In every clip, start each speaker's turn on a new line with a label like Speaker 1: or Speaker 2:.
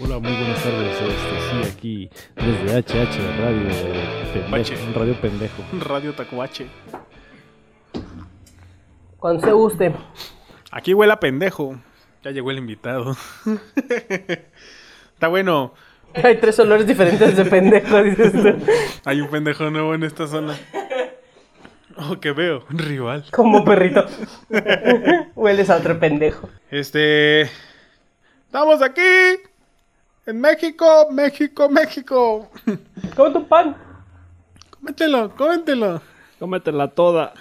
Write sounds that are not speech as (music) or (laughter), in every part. Speaker 1: Hola, muy buenas tardes. Este, sí, aquí desde HH Radio
Speaker 2: Bache.
Speaker 1: Pendejo. (laughs) Radio Pendejo.
Speaker 2: Radio Tacuache.
Speaker 3: Cuando se guste.
Speaker 2: Aquí huele a pendejo. Ya llegó el invitado. Está bueno.
Speaker 3: Hay tres olores diferentes de pendejo, (laughs) dices tú.
Speaker 2: Hay un pendejo nuevo en esta zona. (laughs) Oh, que veo. Un rival.
Speaker 3: Como perrito. (laughs) Hueles a otro pendejo.
Speaker 2: Este. Estamos aquí. En México, México, México.
Speaker 3: Como tu pan.
Speaker 2: Cómetelo, cómetelo.
Speaker 1: Cómetela toda.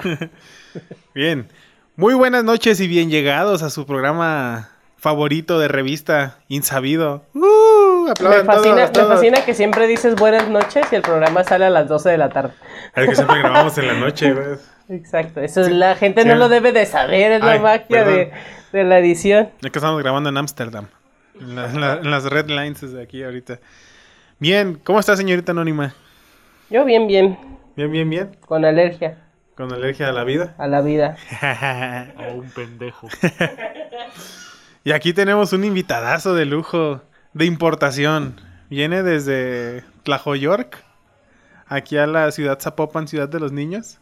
Speaker 2: (laughs) Bien. Muy buenas noches y bien llegados a su programa favorito de revista, Insabido. ¡Uh!
Speaker 3: Me
Speaker 2: aplaudan
Speaker 3: fascina,
Speaker 2: todos,
Speaker 3: me
Speaker 2: todos.
Speaker 3: fascina que siempre dices buenas noches y el programa sale a las 12 de la tarde.
Speaker 2: Es que siempre grabamos en la (laughs) noche, güey.
Speaker 3: Exacto. Eso es la gente no
Speaker 2: sí.
Speaker 3: lo debe de saber, es la
Speaker 2: Ay,
Speaker 3: magia de,
Speaker 2: perdón.
Speaker 3: de la edición.
Speaker 2: Es que estamos grabando en Ámsterdam. En, la- en la- en las red lines desde aquí ahorita. Bien, ¿cómo está, señorita anónima?
Speaker 3: Yo bien, bien,
Speaker 2: Bien, bien, bien.
Speaker 3: con alergia
Speaker 2: Con alergia a la vida.
Speaker 3: a la vida.
Speaker 1: A Oh, un pendejo.
Speaker 2: y aquí tenemos un invitadazo de lujo, de importación. Viene desde Tlajoyork, aquí a la ciudad Zapopan, ciudad de los niños.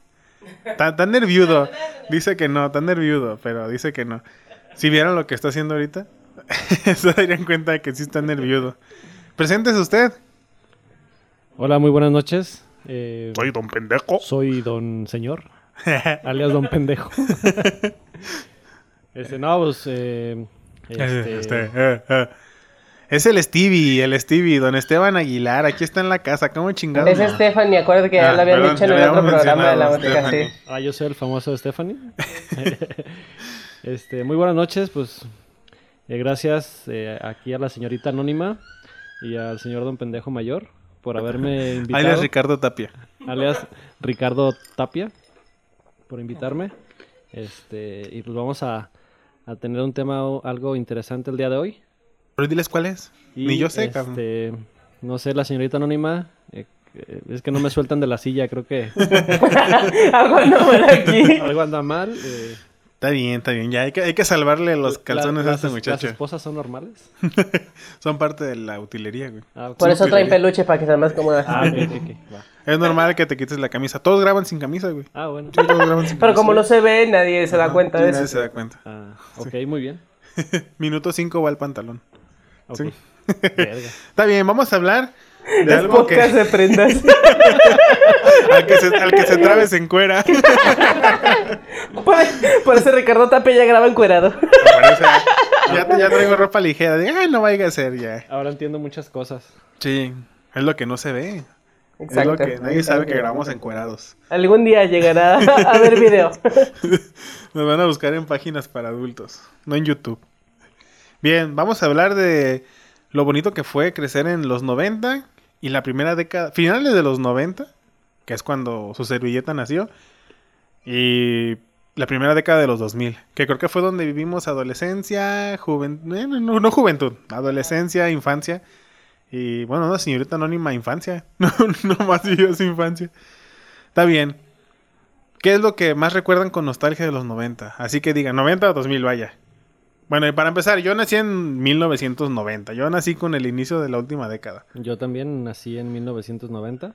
Speaker 2: Tan, tan nerviudo. Dice que no, tan nerviudo, pero dice que no. Si vieron lo que está haciendo ahorita, (laughs) se darían cuenta de que sí está nerviudo. Preséntese usted.
Speaker 1: Hola, muy buenas noches. Eh,
Speaker 2: Soy don pendejo.
Speaker 1: soy don señor, (laughs) alias don pendejo. (laughs) Este, no, pues, eh, este,
Speaker 2: Este, eh, eh. Es el Stevie, el Stevie, don Esteban Aguilar. Aquí está en la casa, ¿cómo chingado?
Speaker 3: Es este Stephanie, acuérdate que ya
Speaker 2: Ah,
Speaker 3: lo habían
Speaker 2: perdón,
Speaker 3: dicho en
Speaker 2: ya
Speaker 3: el otro
Speaker 2: habíamos
Speaker 3: programa de
Speaker 2: mencionado
Speaker 3: la
Speaker 2: a
Speaker 3: música, sí.
Speaker 2: Stephanie.
Speaker 1: Ah, yo soy el famoso Stephanie. (laughs) este, muy buenas noches, pues eh, gracias eh, aquí a la señorita anónima y al señor don pendejo mayor por haberme invitado.
Speaker 2: Alias Ricardo Tapia.
Speaker 1: alias Ricardo Tapia, por invitarme. Este, y pues vamos a, a tener un tema o- algo interesante el día de hoy.
Speaker 2: Pero diles cuál es.
Speaker 1: Y,
Speaker 2: Ni yo sé, cabrón.
Speaker 1: este, No sé, la señorita anónima, eh, eh, es que no me sueltan de la silla, creo
Speaker 2: (laughs)
Speaker 1: que
Speaker 3: (laughs) Algo no Ah, por aquí.
Speaker 1: algo anda mal. eh,
Speaker 2: Está bien, está bien. Ya hay que, hay que salvarle los
Speaker 1: la-
Speaker 2: calzones a
Speaker 1: las
Speaker 2: este
Speaker 1: es-
Speaker 2: muchacho.
Speaker 1: ¿Las esposas son normales?
Speaker 2: Son parte de la utilería, güey.
Speaker 1: Ah, ok.
Speaker 3: Por eso traen
Speaker 2: sí.
Speaker 3: peluche para que sea más cómoda.
Speaker 1: Ah, ok, ok, ok, va.
Speaker 2: Es normal que te quites la camisa. Todos graban sin camisa, güey.
Speaker 1: Ah, bueno.
Speaker 2: Sí, todos graban sin
Speaker 3: Pero
Speaker 2: camisa.
Speaker 3: como no se ve, nadie se
Speaker 2: Este,
Speaker 3: da
Speaker 2: Ajá,
Speaker 3: cuenta
Speaker 2: sí,
Speaker 3: de
Speaker 2: nadie
Speaker 3: eso.
Speaker 2: se da cuenta.
Speaker 1: Ah, ok, muy bien.
Speaker 2: Minuto 5 va el pantalón.
Speaker 1: Ok.
Speaker 2: Sí.
Speaker 1: Verga.
Speaker 2: Está bien, vamos a hablar de
Speaker 3: Es
Speaker 2: algo que,
Speaker 3: podcast de prendas.
Speaker 2: (laughs) al, que se, al que se trabe se
Speaker 3: (laughs)
Speaker 2: encuera.
Speaker 3: Por, por eso Ricardo Tapia ya graba encuerado.
Speaker 2: Por eso ya, ya- ya traigo ropa ligera. Digo, ay, no vaya a ser ya.
Speaker 1: Ahora entiendo muchas cosas.
Speaker 2: Sí, es lo que no se ve. es lo que nadie sabe que grabamos encuerados.
Speaker 3: Algún
Speaker 2: (laughs)
Speaker 3: día llegará a ver video.
Speaker 2: Nos van a buscar en páginas para adultos, no en YouTube. Bien, vamos a hablar de lo bonito que fue crecer en los 90 y la primera década, finales de los 90, que es cuando su servilleta nació, y la primera década de los 2000, que creo que fue donde vivimos adolescencia, juventud, no, no juventud, adolescencia, infancia, y bueno, no, señorita anónima, infancia, (laughs) no, no más vivió su infancia. Está bien. ¿Qué es lo que más recuerdan con nostalgia de los 90? Así que digan, 90 o 2000, vaya. Bueno, y para empezar, yo nací en 1990. Yo nací con el inicio de la última década.
Speaker 1: Yo también nací en 1990.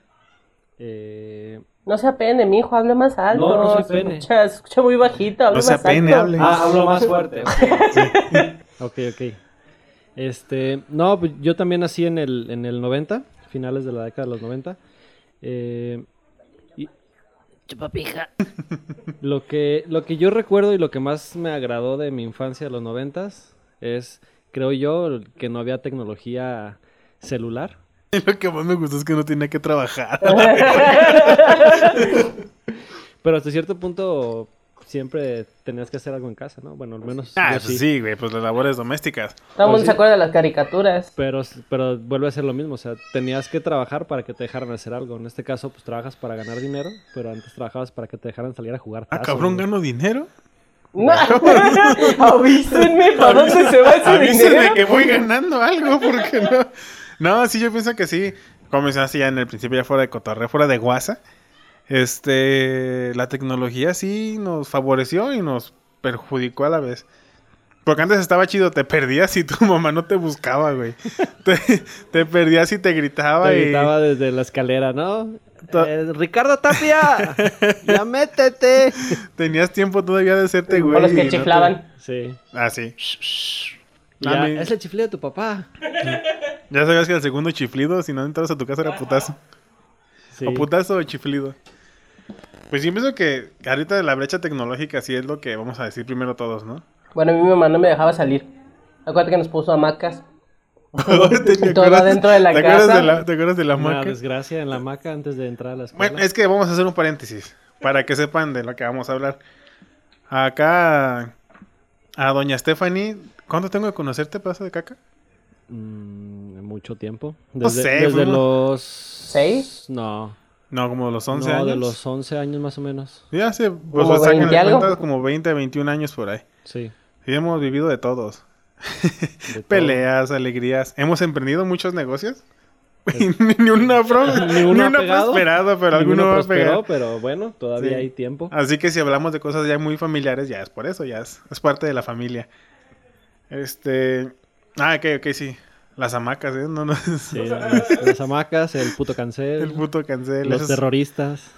Speaker 1: Eh,
Speaker 3: No se apene, mijo, habla más alto.
Speaker 1: No, no se
Speaker 3: se
Speaker 1: apene.
Speaker 3: escucha, se escucha muy bajito, habla
Speaker 2: No se
Speaker 3: más
Speaker 2: apene,
Speaker 3: alto.
Speaker 2: hable.
Speaker 1: Ah, hablo más fuerte. (laughs) ok, ok. Este, no, pues, yo también nací en el, en el 90, finales de la década de los 90. Eh, y- (laughs) lo que, lo que yo recuerdo y lo que más me agradó de mi infancia de los 90 es, creo yo, que no había tecnología celular.
Speaker 2: Y (laughs) lo que más me gustó es que no tenía que trabajar.
Speaker 1: Pero hasta cierto punto siempre tenías que hacer algo en casa, ¿no? Bueno, al menos.
Speaker 2: ah,
Speaker 1: yo
Speaker 2: eso sí, güey, pues las labores domésticas.
Speaker 3: Todo el
Speaker 1: Pues
Speaker 3: mundo
Speaker 1: sí.
Speaker 3: se acuerda de
Speaker 2: (laughs)
Speaker 3: las caricaturas.
Speaker 1: Pero, pero vuelve a ser lo mismo, o sea, tenías que trabajar para que te dejaran hacer algo. En este caso, pues trabajas para ganar dinero, pero antes trabajabas para que te dejaran salir a jugar.
Speaker 2: Ah,
Speaker 1: tazo,
Speaker 2: cabrón,
Speaker 1: güey.
Speaker 2: gano dinero. (laughs)
Speaker 3: No. Avísenme para dónde se va ese
Speaker 2: Avísenme
Speaker 3: dinero.
Speaker 2: que voy ganando algo, porque no. No, sí, yo pienso que sí. Como mencionaste ya en el principio, ya fuera de cotorreo, fuera de guasa. Este, la tecnología sí nos favoreció y nos perjudicó a la vez. Porque antes estaba chido, te perdías y tu (laughs) mamá no te buscaba, güey. Te, te perdías y te gritaba
Speaker 1: Te
Speaker 2: y...
Speaker 1: gritaba desde la escalera, ¿no?
Speaker 2: To-
Speaker 1: Eh, Ricardo
Speaker 2: (laughs)
Speaker 1: Tapia, ya métete.
Speaker 2: Tenías tiempo todavía de hacerte, güey.
Speaker 3: O los
Speaker 2: y no
Speaker 3: que
Speaker 2: te-
Speaker 3: chiflaban.
Speaker 1: Sí.
Speaker 2: Ah, sí.
Speaker 1: Ya,
Speaker 2: Mami.
Speaker 1: es el chiflido de tu papá.
Speaker 2: Ya sabías que el segundo chiflido, si no entrabas a tu casa, era putazo.
Speaker 1: Sí.
Speaker 2: O putazo o chiflido. Pues yo pienso que ahorita la brecha tecnológica sí es lo que vamos a decir primero todos,
Speaker 3: (laughs)
Speaker 2: ¿no?
Speaker 3: Bueno, a mí mi mamá no me dejaba salir. Acuérdate que nos
Speaker 2: (laughs)
Speaker 3: puso hamacas.
Speaker 2: ¿Te
Speaker 3: Todo
Speaker 2: acuerdas-
Speaker 3: dentro de la
Speaker 2: ¿te acuerdas
Speaker 3: casa?
Speaker 2: de la- ¿Te acuerdas de la
Speaker 1: Una
Speaker 2: hamaca?
Speaker 1: desgracia en la hamaca antes de entrar a la escuela.
Speaker 2: Bueno, es que vamos a hacer un paréntesis para que sepan de lo que vamos a hablar. Acá a doña Stephanie, ¿cuánto tengo de conocerte, pedazo de caca?
Speaker 1: Mm, mucho tiempo. Desde,
Speaker 2: No sé,
Speaker 1: desde
Speaker 2: fuimos-
Speaker 1: los...
Speaker 3: ¿Seis?
Speaker 1: No.
Speaker 2: No, como los 11
Speaker 1: no,
Speaker 2: años.
Speaker 1: de los 11 años más o menos.
Speaker 2: Ya hace, pues
Speaker 3: Como
Speaker 2: le sacan
Speaker 3: 20
Speaker 2: de
Speaker 3: algo.
Speaker 2: cuentas como 20, 21 años por ahí.
Speaker 1: Sí.
Speaker 2: Y hemos vivido de todos.
Speaker 1: de todo.
Speaker 2: Peleas, alegrías. Hemos emprendido muchos negocios. (laughs) ni una
Speaker 1: (laughs)
Speaker 2: broma, ni
Speaker 1: Ninguno ha
Speaker 2: una
Speaker 1: pegado.
Speaker 2: prosperada,
Speaker 1: Ninguno
Speaker 2: pero alguno va a
Speaker 1: prosperó,
Speaker 2: pegar.
Speaker 1: pero bueno, todavía
Speaker 2: Sí. Ah,
Speaker 1: hay tiempo.
Speaker 2: Así que si hablamos de cosas ya muy familiares, ya es por eso, ya es, es parte de la familia. Este. Ah, ok, ok, sí. Las hamacas, ¿eh? No, (laughs) no.
Speaker 1: Sí, las, las hamacas, el puto cancel,
Speaker 2: El puto cancel.
Speaker 1: los
Speaker 2: esos-
Speaker 1: terroristas,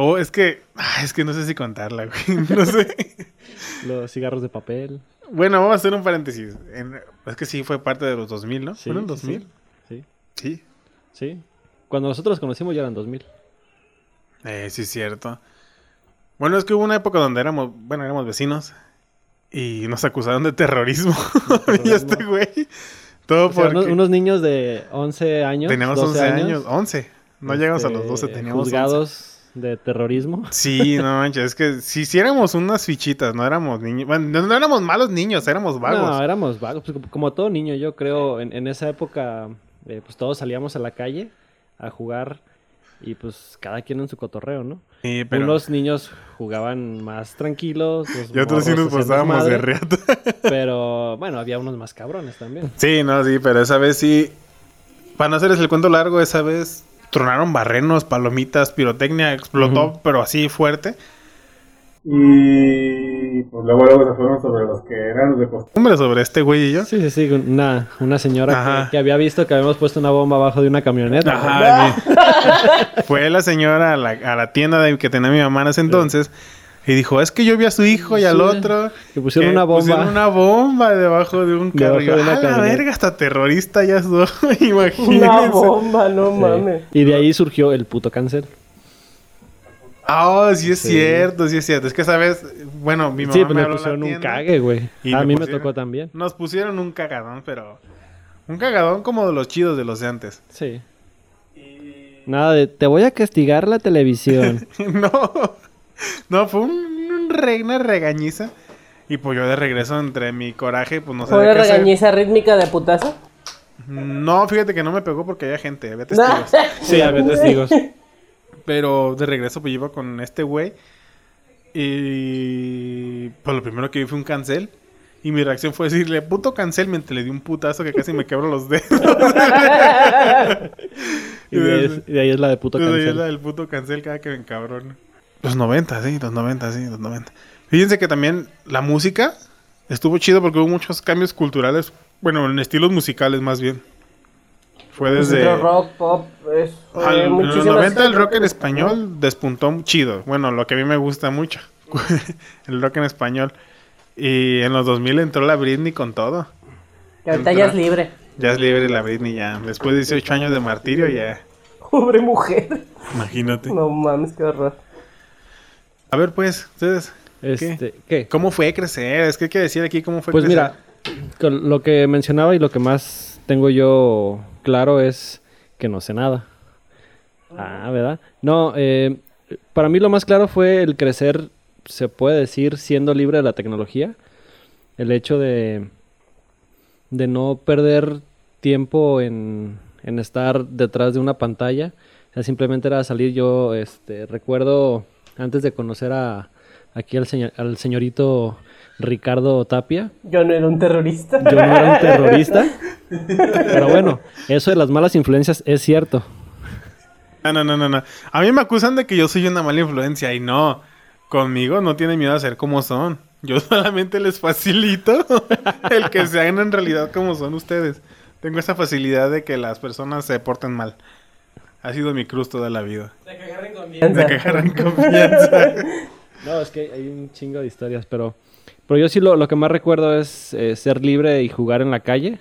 Speaker 2: Oh, es que. ah, es que no sé si contarla, güey. (laughs) No sé.
Speaker 1: los cigarros de papel.
Speaker 2: bueno, vamos a hacer un paréntesis. En- es que sí fue parte de los 2000, ¿no?
Speaker 1: Sí,
Speaker 2: ¿Fueron
Speaker 1: sí,
Speaker 2: 2000?
Speaker 1: Sí,
Speaker 2: Sí.
Speaker 1: sí. sí. Cuando nosotros los conocimos ya eran 2000.
Speaker 2: Eh, sí, cierto. Bueno, es que hubo una época donde éramos, bueno, éramos vecinos y nos acusaron
Speaker 1: (laughs)
Speaker 2: de terrorismo. (laughs) y este güey. Todo
Speaker 1: O sea,
Speaker 2: porque
Speaker 1: unos, unos niños de 11 años.
Speaker 2: teníamos
Speaker 1: 12
Speaker 2: 11 años. 11. No llegamos a los
Speaker 1: este,
Speaker 2: 12, teníamos 11.
Speaker 1: Juzgados de terrorismo.
Speaker 2: Sí,
Speaker 1: (laughs)
Speaker 2: no manches, es que si hiciéramos unas fichitas, no éramos niños, bueno, no, no éramos malos niños, éramos vagos.
Speaker 1: No, éramos vagos. Pues, como- como todo niño, yo creo, en, en esa época, eh, pues todos salíamos a la calle a jugar y pues cada quien en su cotorreo, ¿no?
Speaker 2: Sí, pero
Speaker 1: Unos niños jugaban más tranquilos. los
Speaker 2: y otros sí
Speaker 1: morros
Speaker 2: nos
Speaker 1: hacían
Speaker 2: pasábamos de
Speaker 1: desmadre,
Speaker 2: reata.
Speaker 1: Pero bueno, había unos más cabrones también.
Speaker 2: Sí, no, sí, pero esa vez sí. Para no hacerles el cuento largo, esa vez tronaron barrenos, palomitas, pirotecnia, explotó, pero así fuerte. Y pues luego, luego se fueron sobre los que eran los de costumbre, sobre este güey y yo.
Speaker 1: Sí, sí, sí. Una, una señora
Speaker 2: Ajá.
Speaker 1: que, que había visto que habíamos puesto una bomba abajo de una camioneta. Ah.
Speaker 2: Ajá, mi- (laughs) Fue la señora a la, a la tienda de, que tenía mi mamá en ese entonces y dijo, es que yo vi a su hijo y al
Speaker 1: Sí,
Speaker 2: otro. eh,
Speaker 1: que pusieron una bomba.
Speaker 2: Pusieron una bomba debajo de un carro.
Speaker 1: Debajo
Speaker 2: Y yo,
Speaker 1: de una
Speaker 2: "A la
Speaker 1: camioneta".
Speaker 2: verga, hasta terrorista ya soy. (laughs)
Speaker 3: Una
Speaker 2: Imagínense.
Speaker 3: bomba, no
Speaker 1: Sí.
Speaker 3: mames.
Speaker 1: Y de ahí surgió el puto cáncer.
Speaker 2: Ah, sí es
Speaker 1: Sí.
Speaker 2: cierto, sí es cierto. Es que sabes, bueno, mi mamá
Speaker 1: sí,
Speaker 2: me,
Speaker 1: pues me
Speaker 2: habló a la
Speaker 1: pusieron un
Speaker 2: tienda.
Speaker 1: cague, güey.
Speaker 2: Y
Speaker 1: A
Speaker 2: me
Speaker 1: mí me
Speaker 2: pusieron-
Speaker 1: tocó también.
Speaker 2: Nos pusieron un cagadón, pero un cagadón como de los chidos de los de antes. (laughs)
Speaker 1: Sí. Nada de, te voy a castigar la televisión.
Speaker 2: no. No, fue un, un re- una regañiza. Y pues yo de regreso entre mi coraje, pues no
Speaker 3: Fue
Speaker 2: sabía
Speaker 3: una
Speaker 2: qué hacer.
Speaker 3: regañiza rítmica de putazo.
Speaker 2: No, fíjate que no me pegó porque había gente, había testigos.
Speaker 1: (laughs) sí, había (laughs) testigos.
Speaker 2: Pero de regreso pues iba con este güey. Y pues lo primero que vi fue un cancel. Y mi reacción fue decirle, puto cancel, mientras le di un putazo que casi me quebro los dedos.
Speaker 1: Y de, ahí es- de ahí es la de puto
Speaker 2: Entonces, ahí es la
Speaker 1: cáncer.
Speaker 2: del puto cancel cada que me encabrón. Los 90, sí, los 90, sí, los 90. Fíjense que también la música estuvo chido porque hubo muchos cambios culturales. Bueno, en estilos musicales más bien. Fue desde...
Speaker 3: Pero Pues rock, pop, es. fue
Speaker 2: Al- en los
Speaker 3: muchísimas-
Speaker 2: 90 el rock en español despuntó chido. Bueno, lo que a mí me gusta mucho. (laughs) el rock en español. Y en los 2000 entró la Britney con todo.
Speaker 3: Que ahorita ya es libre. (laughs)
Speaker 2: Ya es libre la Britney ya. Después de 18 años de martirio ya.
Speaker 3: Pobre mujer.
Speaker 2: Imagínate.
Speaker 3: No mames, qué horror.
Speaker 2: A ver pues, ustedes.
Speaker 1: Este, ¿Qué?
Speaker 2: ¿Cómo fue crecer? Es que hay que decir aquí cómo fue
Speaker 1: Pues
Speaker 2: crecer.
Speaker 1: mira, con lo que mencionaba y lo que más tengo yo claro es que no sé nada. Ah, ¿verdad? No, eh, para mí lo más claro fue el crecer, se puede decir, siendo libre de la tecnología. El hecho de, de no perder tiempo en, en estar detrás de una pantalla. O sea, simplemente era salir. Yo este, recuerdo antes de conocer a, aquí al, señor- al señorito Ricardo Tapia.
Speaker 3: Yo no era un terrorista.
Speaker 1: Yo no era un terrorista. Pero bueno, eso de las malas influencias es cierto.
Speaker 2: No, no, no, no, no. A mí me acusan de que yo soy una mala influencia y no. Conmigo no tienen miedo a ser como son. Yo (laughs) solamente les facilito (laughs) el que sean en realidad como son ustedes. Tengo esa facilidad de que las personas se porten mal. Ha sido mi cruz toda la vida. De que agarran (laughs) confianza.
Speaker 1: No, es que hay un chingo de historias, pero... Pero yo sí lo, lo que más recuerdo es eh, ser libre y jugar en la calle.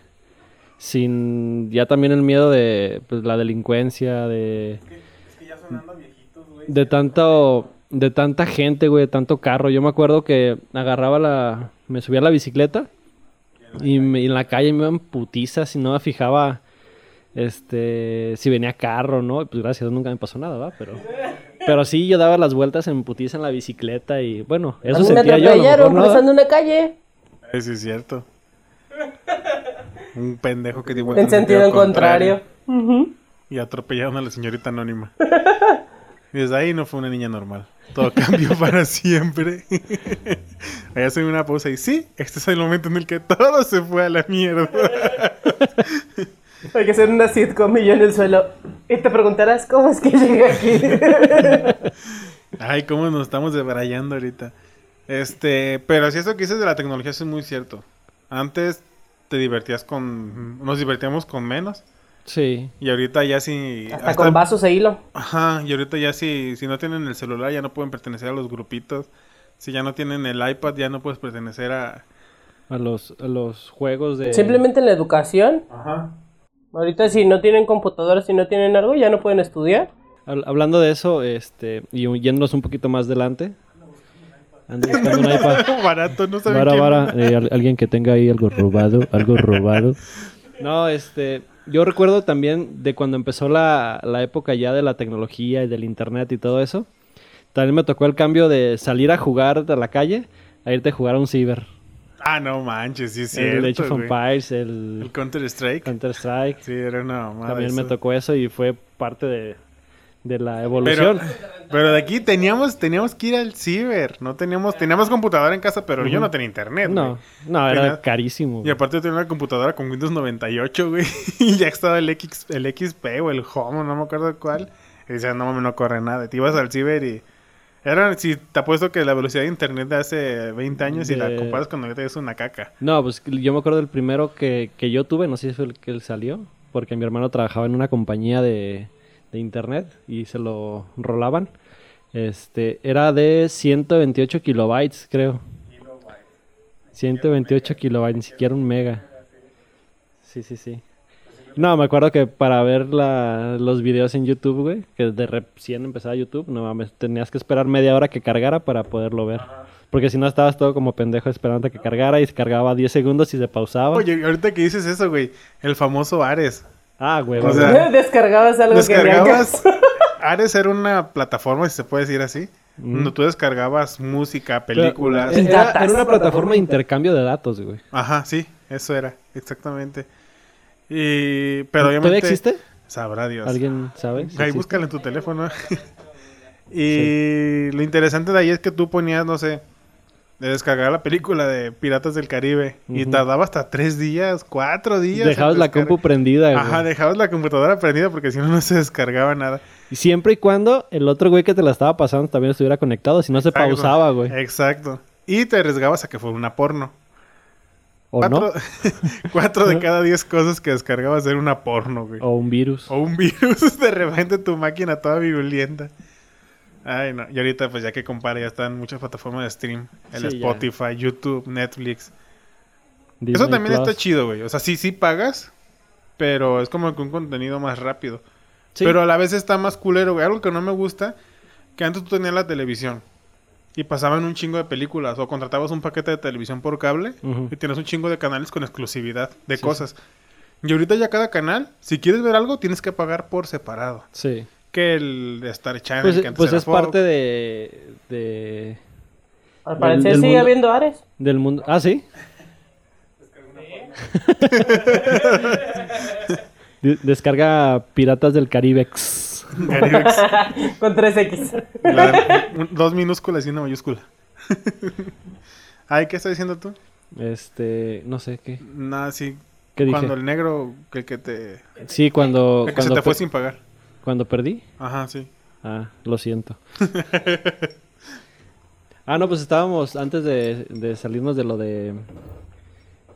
Speaker 1: Sin ya también el miedo de pues, la delincuencia, de,
Speaker 2: Es que ya sonando viejitos, güey.
Speaker 1: de tanto... De tanta gente, güey, de tanto carro. Yo me acuerdo que agarraba la... Me subía a la bicicleta y, me- y en la calle me iban putizas y no me fijaba... Este... Si venía carro, ¿no? Y pues gracias, a Dios nunca me pasó nada, ¿va? Pero... Pero sí, yo daba las vueltas en putiza en la bicicleta y... Bueno,
Speaker 3: A
Speaker 1: eso
Speaker 3: mí me
Speaker 1: sentía yo. a lo
Speaker 3: atropellaron
Speaker 1: mejor, ¿no?
Speaker 3: cruzando una calle.
Speaker 2: Eh, sí, es cierto. Un pendejo que dio vuelta
Speaker 3: En sentido contrario. Ujú.
Speaker 2: Y atropellaron a la señorita anónima. (laughs) Y desde ahí no fue una niña normal. Todo cambió (laughs) para siempre. (laughs) Allá se una pausa y sí, este es el momento en el que todo se fue a la mierda. (laughs)
Speaker 3: Hay que hacer una sitcom y yo en el suelo. Y te preguntarás cómo es que llegué
Speaker 1: (laughs)
Speaker 3: aquí.
Speaker 2: Ay, cómo nos estamos debrayando ahorita. Este, pero si eso que dices de la tecnología eso es muy cierto. Antes te divertías con, nos divertíamos con menos.
Speaker 1: Sí.
Speaker 2: Y ahorita ya si...
Speaker 3: Hasta con vasos e hilo.
Speaker 2: Ajá, y ahorita ya si, si no tienen el celular ya no pueden pertenecer a los grupitos. Si ya no tienen el iPad ya no puedes pertenecer a...
Speaker 1: A los, a los juegos de...
Speaker 3: Simplemente en la educación.
Speaker 2: Ajá.
Speaker 3: Ahorita si no tienen computadoras, si no tienen algo, ya no pueden estudiar.
Speaker 1: Hab- hablando de eso, este, y yéndonos un poquito más adelante. Ando buscando un
Speaker 2: (laughs)
Speaker 1: iPad.
Speaker 2: (laughs) Barato, no saben
Speaker 1: Vara,
Speaker 2: quién-
Speaker 1: vara, eh, al- alguien que tenga ahí algo robado, algo robado. No, este, yo recuerdo también de cuando empezó la, la época ya de la tecnología y del internet y todo eso. También me tocó el cambio de salir a jugar a la calle a irte a jugar a un ciber.
Speaker 2: Ah, no manches, sí es
Speaker 1: el Age
Speaker 2: cierto,
Speaker 1: of
Speaker 2: güey.
Speaker 1: Empires, el
Speaker 2: El Counter-Strike.
Speaker 1: Counter Strike.
Speaker 2: Sí, era una mamada
Speaker 1: También me
Speaker 2: Ah, eso.
Speaker 1: tocó eso y fue parte de, de la
Speaker 2: Pero, eh,
Speaker 1: evolución.
Speaker 2: pero de aquí teníamos, teníamos que ir al ciber. No teníamos, teníamos computadora en casa, pero yo no tenía internet.
Speaker 1: No,
Speaker 2: Eh, güey.
Speaker 1: no, era
Speaker 2: Tenía-
Speaker 1: carísimo.
Speaker 2: Y aparte yo tenía una computadora con Windows 98, güey. (laughs) Y ya estaba el, X, el XP o el Home, no me acuerdo cuál. Y decía, no mames, no corre nada. Y te ibas al ciber y... Era, si te apuesto que la velocidad de internet de hace 20 años y la
Speaker 1: De-
Speaker 2: comparas con ahorita es una caca.
Speaker 1: No, pues yo me acuerdo del primero que, que yo tuve, no sé si fue el que él salió, porque mi hermano trabajaba en una compañía de, de internet y se lo rolaban. Este, era de 128 kilobytes, creo. 128 kilobytes, ni siquiera un mega. Sí, sí, sí. No, me acuerdo que para ver la- los videos en YouTube, güey, que de recién empezaba YouTube, no mames, tenías que esperar media hora que cargara para poderlo ver. Porque si no estabas todo como pendejo esperando a que cargara y se cargaba 10 segundos y se pausaba.
Speaker 2: Oye, ahorita que dices eso, güey. El famoso Ares.
Speaker 1: ah, güey.
Speaker 2: o
Speaker 1: güey.
Speaker 2: sea,
Speaker 3: (laughs) Descargabas algo
Speaker 2: Descargabas. (laughs)
Speaker 3: que había
Speaker 2: Ares era una plataforma, si se puede decir así.
Speaker 1: Mm.
Speaker 2: Donde tú descargabas música,
Speaker 1: Pero-
Speaker 2: películas.
Speaker 1: Era- Era,
Speaker 3: Datas.
Speaker 1: una plataforma de intercambio de datos, güey.
Speaker 2: Ajá, sí, eso era, exactamente. Y, pero
Speaker 1: ¿Todavía
Speaker 2: obviamente.
Speaker 1: existe?
Speaker 2: Sabrá Dios.
Speaker 1: ¿Alguien sabe? si
Speaker 2: Ahí
Speaker 1: existe?
Speaker 2: búscala en tu teléfono. (laughs) y lo interesante de ahí es que tú ponías, no sé, de descargar la película de Piratas del Caribe. Y
Speaker 1: Ujú.
Speaker 2: tardaba hasta tres días, cuatro días. en
Speaker 1: Dejabas la
Speaker 2: descargar.
Speaker 1: compu prendida, güey.
Speaker 2: Ajá, dejabas la computadora prendida porque si no, no se descargaba nada.
Speaker 1: Y Siempre y cuando el otro güey que te la estaba pasando también estuviera conectado, si no se
Speaker 2: Exacto.
Speaker 1: pausaba, güey.
Speaker 2: Exacto. Y te arriesgabas a que fuera una porno.
Speaker 1: ¿O no?
Speaker 2: cuatro, (laughs) cuatro de cada diez cosas que descargabas era una porno, güey.
Speaker 1: O un virus.
Speaker 2: O un virus, (laughs) de repente tu máquina toda virulenta. Ay, no. Y ahorita, pues ya que compara, ya están muchas plataformas de stream. El
Speaker 1: Sí, ya.
Speaker 2: Spotify, YouTube, Netflix.
Speaker 1: Disney
Speaker 2: Eso también
Speaker 1: Plus.
Speaker 2: está chido, güey. O sea, sí, sí pagas, pero es como que un contenido más rápido.
Speaker 1: Sí.
Speaker 2: Pero a la vez está más culero, güey. Algo que no me gusta, que antes tú tenías la televisión. Y pasaban un chingo de películas. O contratabas un paquete de televisión por cable.
Speaker 1: Ujú.
Speaker 2: Y tienes un chingo de canales con exclusividad de
Speaker 1: Sí,
Speaker 2: cosas. Y ahorita ya cada canal, si quieres ver algo, tienes que pagar por separado
Speaker 1: Sí.
Speaker 2: que el Star Channel
Speaker 1: Pues,
Speaker 2: que antes
Speaker 1: pues
Speaker 2: era
Speaker 1: es
Speaker 2: Fox.
Speaker 1: parte de, de-
Speaker 3: Al
Speaker 1: Del-
Speaker 3: parecer
Speaker 1: del
Speaker 3: sigue
Speaker 1: mundo.
Speaker 3: habiendo Ares. (laughs)
Speaker 1: del mundo. Ah, sí. (laughs) De- Descarga Piratas del Caribex.
Speaker 3: Con 3X.
Speaker 2: La- un- dos minúsculas y una mayúscula. (laughs) Ay, ¿qué estás diciendo tú?
Speaker 1: Este, no sé qué.
Speaker 2: Nada, sí.
Speaker 1: ¿Qué dije?
Speaker 2: Cuando el negro, que, que te...
Speaker 1: Sí, cuando
Speaker 2: el que se
Speaker 1: cuando,
Speaker 2: te fue
Speaker 1: per-
Speaker 2: sin pagar.
Speaker 1: cuando perdí.
Speaker 2: Ajá, sí.
Speaker 1: Ah, lo siento. (laughs) Ah, no, pues estábamos antes de, de salirnos de lo de.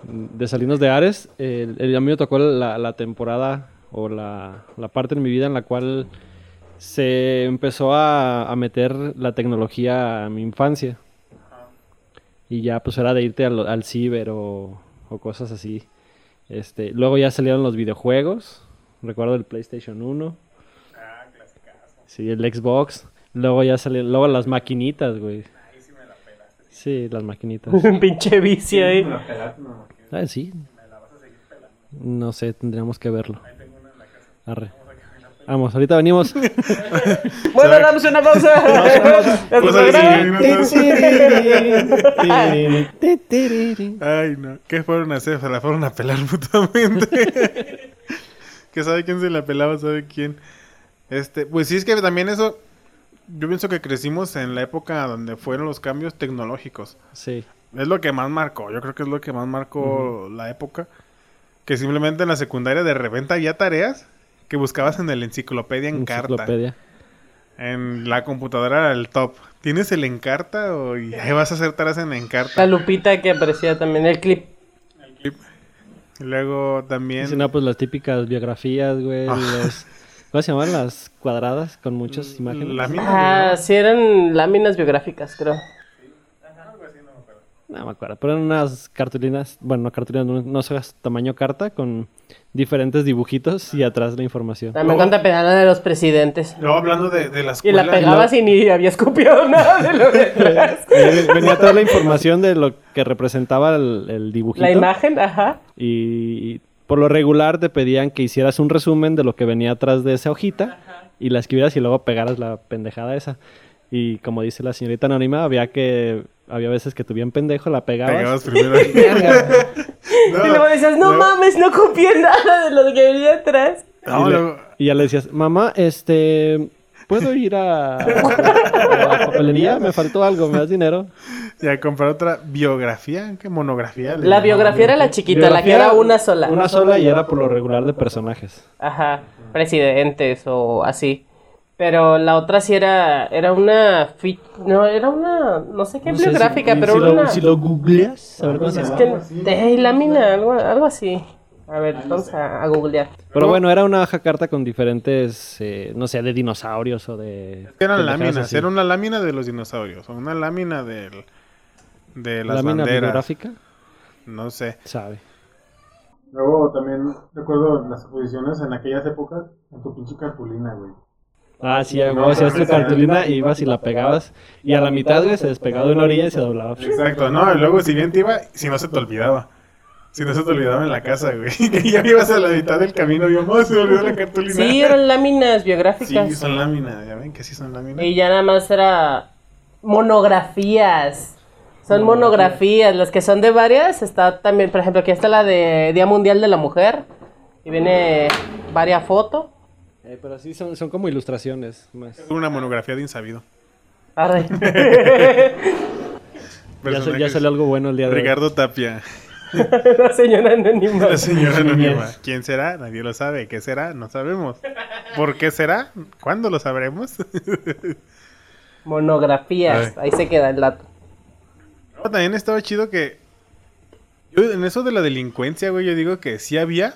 Speaker 1: De salirnos de Ares. eh, El, el- a mí me tocó la, la temporada o la, la parte en mi vida en la cual se empezó a, a meter la tecnología a mi infancia. Y ya, pues era de irte al, al ciber o, o cosas así. Este, luego ya salieron los videojuegos. Recuerdo el PlayStation 1. Sí, el Xbox. Luego ya salieron, luego las maquinitas, güey. Sí, las maquinitas.
Speaker 3: (laughs) (laughs) Un pinche vicio ahí.
Speaker 1: Ah, sí. No sé, tendríamos que verlo. Arre. Vamos, ahorita
Speaker 2: (laughs)
Speaker 1: venimos.
Speaker 3: Bueno, damos (laughs) una pausa. Hasta
Speaker 2: Pues
Speaker 3: programa.
Speaker 2: ahí sí,
Speaker 3: (laughs)
Speaker 1: Ti, ti, ri, ri.
Speaker 2: Ay, no. ¿Qué fueron a hacer? Se la fueron a pelar (laughs) mutuamente. que sabe quién se la pelaba, sabe quién. Este, pues sí, es que también eso. Yo pienso que crecimos en la época donde fueron los cambios tecnológicos.
Speaker 1: Sí,
Speaker 2: Es lo que más marcó. Yo creo que es lo que más marcó la época. Que simplemente en la secundaria de repente había tareas que buscabas en el enciclopedia en carta.
Speaker 1: enciclopedia.
Speaker 2: En la computadora era el top. ¿Tienes el encarta o y ahí vas a hacer tareas en encarta?
Speaker 3: La lupita que aparecía también en el clip.
Speaker 2: Y Luego también.
Speaker 1: Sí, no, pues las típicas biografías, güey.
Speaker 2: Ah.
Speaker 1: los- ¿Cómo se llamaban? Las cuadradas con muchas imágenes.
Speaker 2: Mm, La mina.
Speaker 3: Ah, sí, eran láminas biográficas, creo.
Speaker 1: No me acuerdo, pero eran unas cartulinas, bueno, no cartulinas, no- no hojas tamaño carta con diferentes dibujitos y atrás la información.
Speaker 3: También cuando pegaron de los presidentes.
Speaker 2: Luego hablando de, de la
Speaker 3: Y
Speaker 2: escuela.
Speaker 3: la pegabas y ni había escupido (laughs) nada de lo detrás.
Speaker 1: Eh, Venía toda la información de lo que representaba el, el dibujito.
Speaker 3: La imagen, ajá.
Speaker 1: Y por lo regular te pedían que hicieras un resumen de lo que venía atrás de esa hojita y la escribieras y luego pegaras la pendejada esa. Y como dice la señorita anónima, había que había veces que tu bien pendejo la pegabas.
Speaker 2: Pegabas primero.
Speaker 3: (laughs) Y luego decías, no mames, no copié nada de lo que venía atrás.
Speaker 2: No,
Speaker 1: y, le-
Speaker 2: luego-
Speaker 1: (laughs) y ya le decías, mamá, este, ¿puedo ir a, a la papelería? Me faltó algo, ¿me das dinero?
Speaker 2: Y a comprar otra biografía. ¿Qué monografía? le
Speaker 3: La
Speaker 2: llamaban.
Speaker 3: biografía era la chiquita, la que
Speaker 1: Biografía,
Speaker 3: era una sola.
Speaker 1: Una sola y era por lo regular de personajes.
Speaker 3: Ajá, presidentes o así. Pero la otra sí era, era una, fi- no, era una, no sé qué
Speaker 1: No sé si-
Speaker 3: biográfica,
Speaker 1: si
Speaker 3: pero era
Speaker 1: lo-
Speaker 3: una,
Speaker 1: Si lo googleas, a ver cómo se
Speaker 3: es
Speaker 1: llama.
Speaker 3: que, de lámina, algo, algo así. A ver, vamos a, a googlear.
Speaker 1: Pero bueno, era una hoja carta con diferentes, eh, no sé, de dinosaurios o de...
Speaker 2: Es que eran
Speaker 1: pendejadas
Speaker 2: láminas.
Speaker 1: así.
Speaker 2: Era una lámina de los dinosaurios. O una lámina del, de las
Speaker 1: lámina
Speaker 2: banderas.
Speaker 1: bibliográfica,
Speaker 2: No sé.
Speaker 1: sabe.
Speaker 2: Luego también recuerdo las exposiciones en aquellas épocas. En tu pinche cartulina, güey.
Speaker 1: Ah, sí, güey, hacías tu cartulina, ibas y la pegabas, y a la mitad, güey, se despegaba de una orilla y se doblaba.
Speaker 2: Exacto, no, y luego si bien te iba, si no se te olvidaba. Si no se te olvidaba en la casa, güey. (laughs) Que ya ibas a la mitad del camino, y yo, "Oh, se me olvidó la cartulina.
Speaker 3: Sí, eran láminas
Speaker 2: Sí,
Speaker 3: biográficas.
Speaker 2: son láminas, ya ven que sí son láminas.
Speaker 3: Y ya nada más era monografías. Son monografías, las que son de varias. Está también, por ejemplo, aquí está la de Día Mundial de la Mujer. Y viene varias fotos.
Speaker 1: Eh, pero sí, son, son como ilustraciones más.
Speaker 2: Una monografía de insabido.
Speaker 3: Arre.
Speaker 1: Ya, sa- ya
Speaker 2: Personajes.
Speaker 1: salió algo bueno el día de hoy.
Speaker 2: Ricardo Tapia, (laughs)
Speaker 3: (laughs) la señora anónima.
Speaker 2: la señora anónima. ¿Quién será? Nadie lo sabe. ¿Qué será? No sabemos. ¿Por qué será? ¿Cuándo lo sabremos? (laughs)
Speaker 3: Monografías. Ahí se queda el dato.
Speaker 2: No, También estaba chido que. yo en eso de la delincuencia, güey, yo digo que sí había.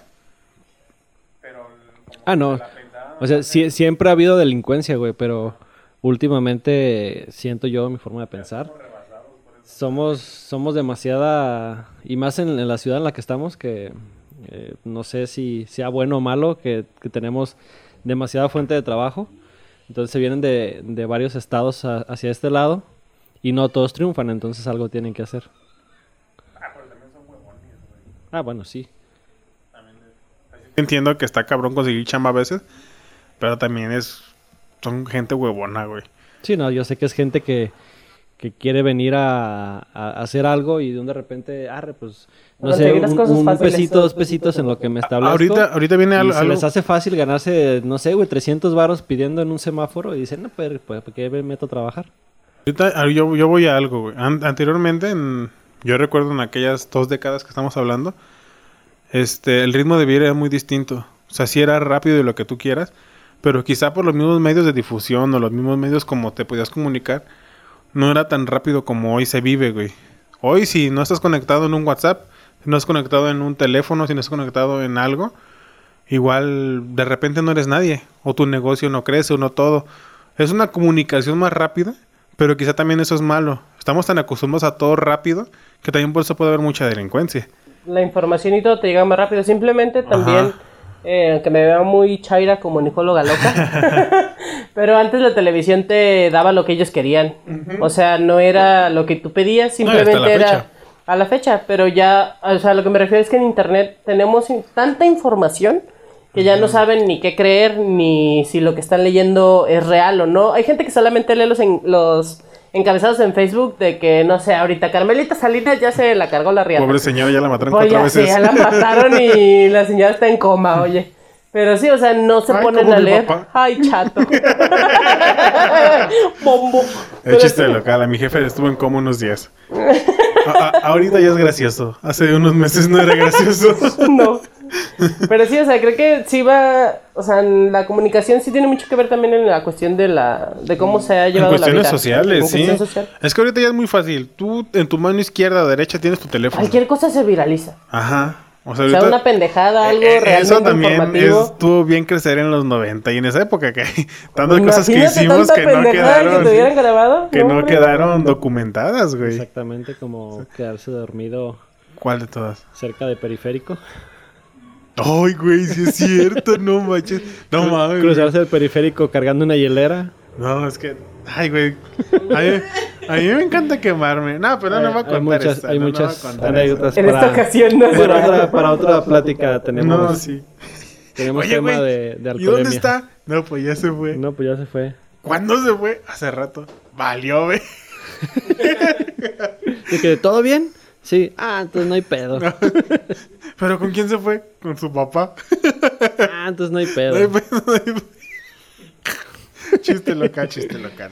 Speaker 1: Ah, no. O sea, sí- siempre ha habido delincuencia, güey, pero últimamente siento yo mi forma de pensar. Somos, somos demasiada, y más en, en la ciudad en la que estamos, que eh, no sé si sea bueno o malo, que, que tenemos demasiada fuente de trabajo. Entonces se vienen de, de varios estados a- hacia este lado y no todos triunfan, entonces algo tienen que hacer. Ah, bueno, sí.
Speaker 2: Entiendo que está cabrón conseguir chamba a veces, pero también es. Son gente huevona, güey.
Speaker 1: Sí, no, yo sé que es gente que, que quiere venir a, a hacer algo y de un de repente, arre, pues, no sé,
Speaker 3: Conseguir las
Speaker 1: un,
Speaker 3: cosas
Speaker 1: un
Speaker 3: fáciles,
Speaker 1: pesito, dos pesitos en lo que me establezco.
Speaker 2: Ahorita, ahorita viene
Speaker 1: y
Speaker 2: al-
Speaker 1: se
Speaker 2: algo.
Speaker 1: les hace fácil ganarse, no sé, güey, 300 varos pidiendo en un semáforo y dicen, no, pero, pues, ¿por qué me meto a trabajar?
Speaker 2: Ahorita, ah, yo, yo voy a algo, güey. An- anteriormente, en- yo recuerdo en aquellas dos décadas que estamos hablando, este, el ritmo de vida era muy distinto. O sea, sí era rápido y lo que tú quieras, pero quizá por los mismos medios de difusión o los mismos medios como te podías comunicar, no era tan rápido como hoy se vive, güey. Hoy si no estás conectado en un WhatsApp, si no estás conectado en un teléfono, si no estás conectado en algo, igual de repente no eres nadie, o tu negocio no crece, o no todo. Es una comunicación más rápida, pero quizá también eso es malo. Estamos tan acostumbrados a todo rápido que también por eso puede haber mucha delincuencia.
Speaker 3: La información y todo te llega más rápido. Simplemente también, eh, aunque me veo muy chaira como
Speaker 2: (laughs)
Speaker 3: Nicóloga loca, pero antes la televisión te daba lo que ellos querían. O sea, no era lo que tú pedías,
Speaker 2: No, y hasta la
Speaker 3: simplemente era
Speaker 2: fecha.
Speaker 3: a la fecha. Pero ya, o sea, lo que me refiero es que en Internet tenemos in- tanta información que ya no saben ni qué creer, ni si lo que están leyendo es real o no. Hay gente que solamente lee los, en- los encabezados en Facebook de que, no sé, ahorita Carmelita Salinas ya se la cargó la riata.
Speaker 2: Pobre señora, ya la mataron
Speaker 3: Pues
Speaker 2: cuatro
Speaker 3: ya, sí,
Speaker 2: veces. (laughs)
Speaker 3: ya la mataron y la señora está en coma, oye. Pero sí, o sea, no se
Speaker 2: Ay,
Speaker 3: ponen
Speaker 2: como
Speaker 3: a
Speaker 2: mi
Speaker 3: leer.
Speaker 2: papá.
Speaker 3: Ay,
Speaker 2: (laughs)
Speaker 3: chato. Bombo.
Speaker 2: El
Speaker 3: Pero
Speaker 2: chiste
Speaker 3: sí,
Speaker 2: local, a mi jefe estuvo en coma unos
Speaker 3: (laughs)
Speaker 2: días. A- a- ahorita ya es gracioso. Hace unos meses no era
Speaker 3: (laughs)
Speaker 2: gracioso.
Speaker 3: No. Pero sí, o sea, creo que sí va. O sea, en la comunicación sí tiene mucho que ver también en la cuestión de la de cómo se ha
Speaker 2: en
Speaker 3: llevado la vida.
Speaker 2: cuestiones sociales,
Speaker 3: En
Speaker 2: sí.
Speaker 3: cuestión social.
Speaker 2: Es que ahorita ya es muy fácil. Tú en tu mano izquierda o derecha tienes tu teléfono.
Speaker 3: Cualquier cosa se viraliza.
Speaker 2: Ajá. O sea,
Speaker 3: O sea,
Speaker 2: ahorita-
Speaker 3: una pendejada, algo
Speaker 2: Eh,
Speaker 3: realmente
Speaker 2: Eso también
Speaker 3: informativo.
Speaker 2: estuvo bien crecer en los 90 y en esa época que hay (laughs) tantas
Speaker 1: Pues
Speaker 2: cosas que
Speaker 3: Imagínate
Speaker 2: hicimos
Speaker 3: tanta
Speaker 2: que no
Speaker 3: pendejada
Speaker 2: quedaron,
Speaker 3: que te hubieran grabado.
Speaker 2: que no
Speaker 3: hombre.
Speaker 2: quedaron documentadas, güey.
Speaker 1: Exactamente como quedarse dormido
Speaker 2: ¿Cuál de todas?
Speaker 1: cerca de periférico.
Speaker 2: Ay, güey, sí es cierto, no manches. No
Speaker 1: (laughs)
Speaker 2: mames. güey.
Speaker 1: Cruzarse el periférico cargando una
Speaker 2: (laughs)
Speaker 1: hielera.
Speaker 2: No, es que. Ay, güey. A mí, a mí me encanta quemarme. No, pero no, me
Speaker 1: Eh,
Speaker 2: voy a contar
Speaker 1: hay muchas,
Speaker 2: esta,
Speaker 1: hay
Speaker 2: no, no
Speaker 1: muchas
Speaker 2: voy a contar
Speaker 1: anécdotas
Speaker 3: En esta
Speaker 1: para,
Speaker 3: ocasión no
Speaker 1: para
Speaker 3: será.
Speaker 1: otra, para otra plática.
Speaker 2: esta.
Speaker 1: Tenemos,
Speaker 2: No, sí.
Speaker 1: tenemos
Speaker 2: Oye,
Speaker 1: tema
Speaker 2: güey.
Speaker 1: de, de
Speaker 2: ¿Y dónde
Speaker 1: alcoholemia.
Speaker 2: está? No, pues ya se fue.
Speaker 1: No, pues ya se fue.
Speaker 2: ¿Cuándo se fue? Hace rato. Valió, güey. (laughs)
Speaker 1: Y que, ¿todo bien? Sí. Ah, entonces no hay pedo.
Speaker 2: ¿Pero con quién se fue? Con su papá.
Speaker 1: Ah, entonces no hay pedo.
Speaker 2: No hay pedo, (laughs) no hay pedo. chiste local, chiste local.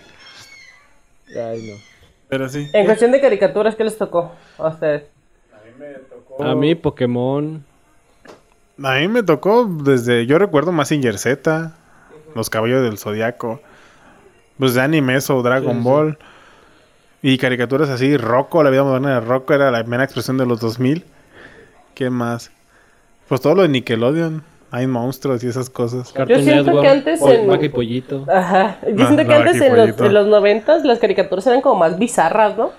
Speaker 1: Ay, no.
Speaker 2: Pero sí.
Speaker 3: En cuestión de caricaturas, ¿qué les tocó a ustedes?
Speaker 1: A mí Pokémon.
Speaker 2: A mí me tocó desde, yo recuerdo Massinger Z, Los Caballos del Zodiaco, pues de anime eso, Dragon Ball, y caricaturas así, Rocco, la vida moderna de Rocco era la mera expresión de los 2000. ¿Qué más? Pues todo lo de Nickelodeon, hay monstruos y esas cosas.
Speaker 1: Cartoon
Speaker 3: siento
Speaker 1: Network.
Speaker 3: que antes
Speaker 1: Pol-
Speaker 3: en-
Speaker 1: Vaca y Pollito.
Speaker 3: Ajá. Yo
Speaker 2: No,
Speaker 3: siento que
Speaker 2: Ah, no,
Speaker 3: antes
Speaker 2: aquí
Speaker 3: en los,
Speaker 2: pollito.
Speaker 3: en los 90 las caricaturas eran como más bizarras, ¿no?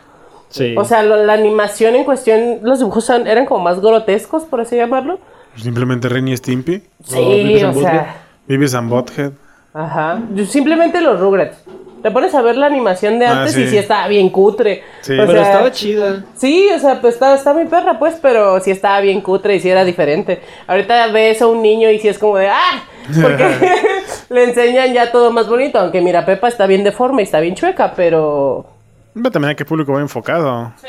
Speaker 1: Sí.
Speaker 3: O sea, lo- la animación en cuestión, los dibujos eran- eran como más grotescos, por así llamarlo.
Speaker 2: Simplemente Ren y Stimpy,
Speaker 3: Sí,
Speaker 1: Beavis
Speaker 3: o
Speaker 1: and
Speaker 3: sea.
Speaker 2: Beavis and Butthead.
Speaker 3: Ajá. Yo- Simplemente los Rugrats. Te pones a ver la animación de
Speaker 2: Ah,
Speaker 3: antes
Speaker 2: sí.
Speaker 3: y sí estaba bien cutre.
Speaker 2: Sí.
Speaker 3: O
Speaker 2: Pero
Speaker 1: Pero
Speaker 3: sea,
Speaker 1: estaba chida.
Speaker 3: Sí, o sea, pues estaba, estaba mi perra, pues, pero sí estaba bien cutre y sí era diferente. Ahorita ves a un niño y sí es como de ¡ah!
Speaker 2: (laughs)
Speaker 3: Porque (laughs) le enseñan ya todo más bonito. Aunque mira, Pepa está bien deforme y está bien chueca, pero.
Speaker 2: Pero también a qué público va enfocado.
Speaker 3: Sí.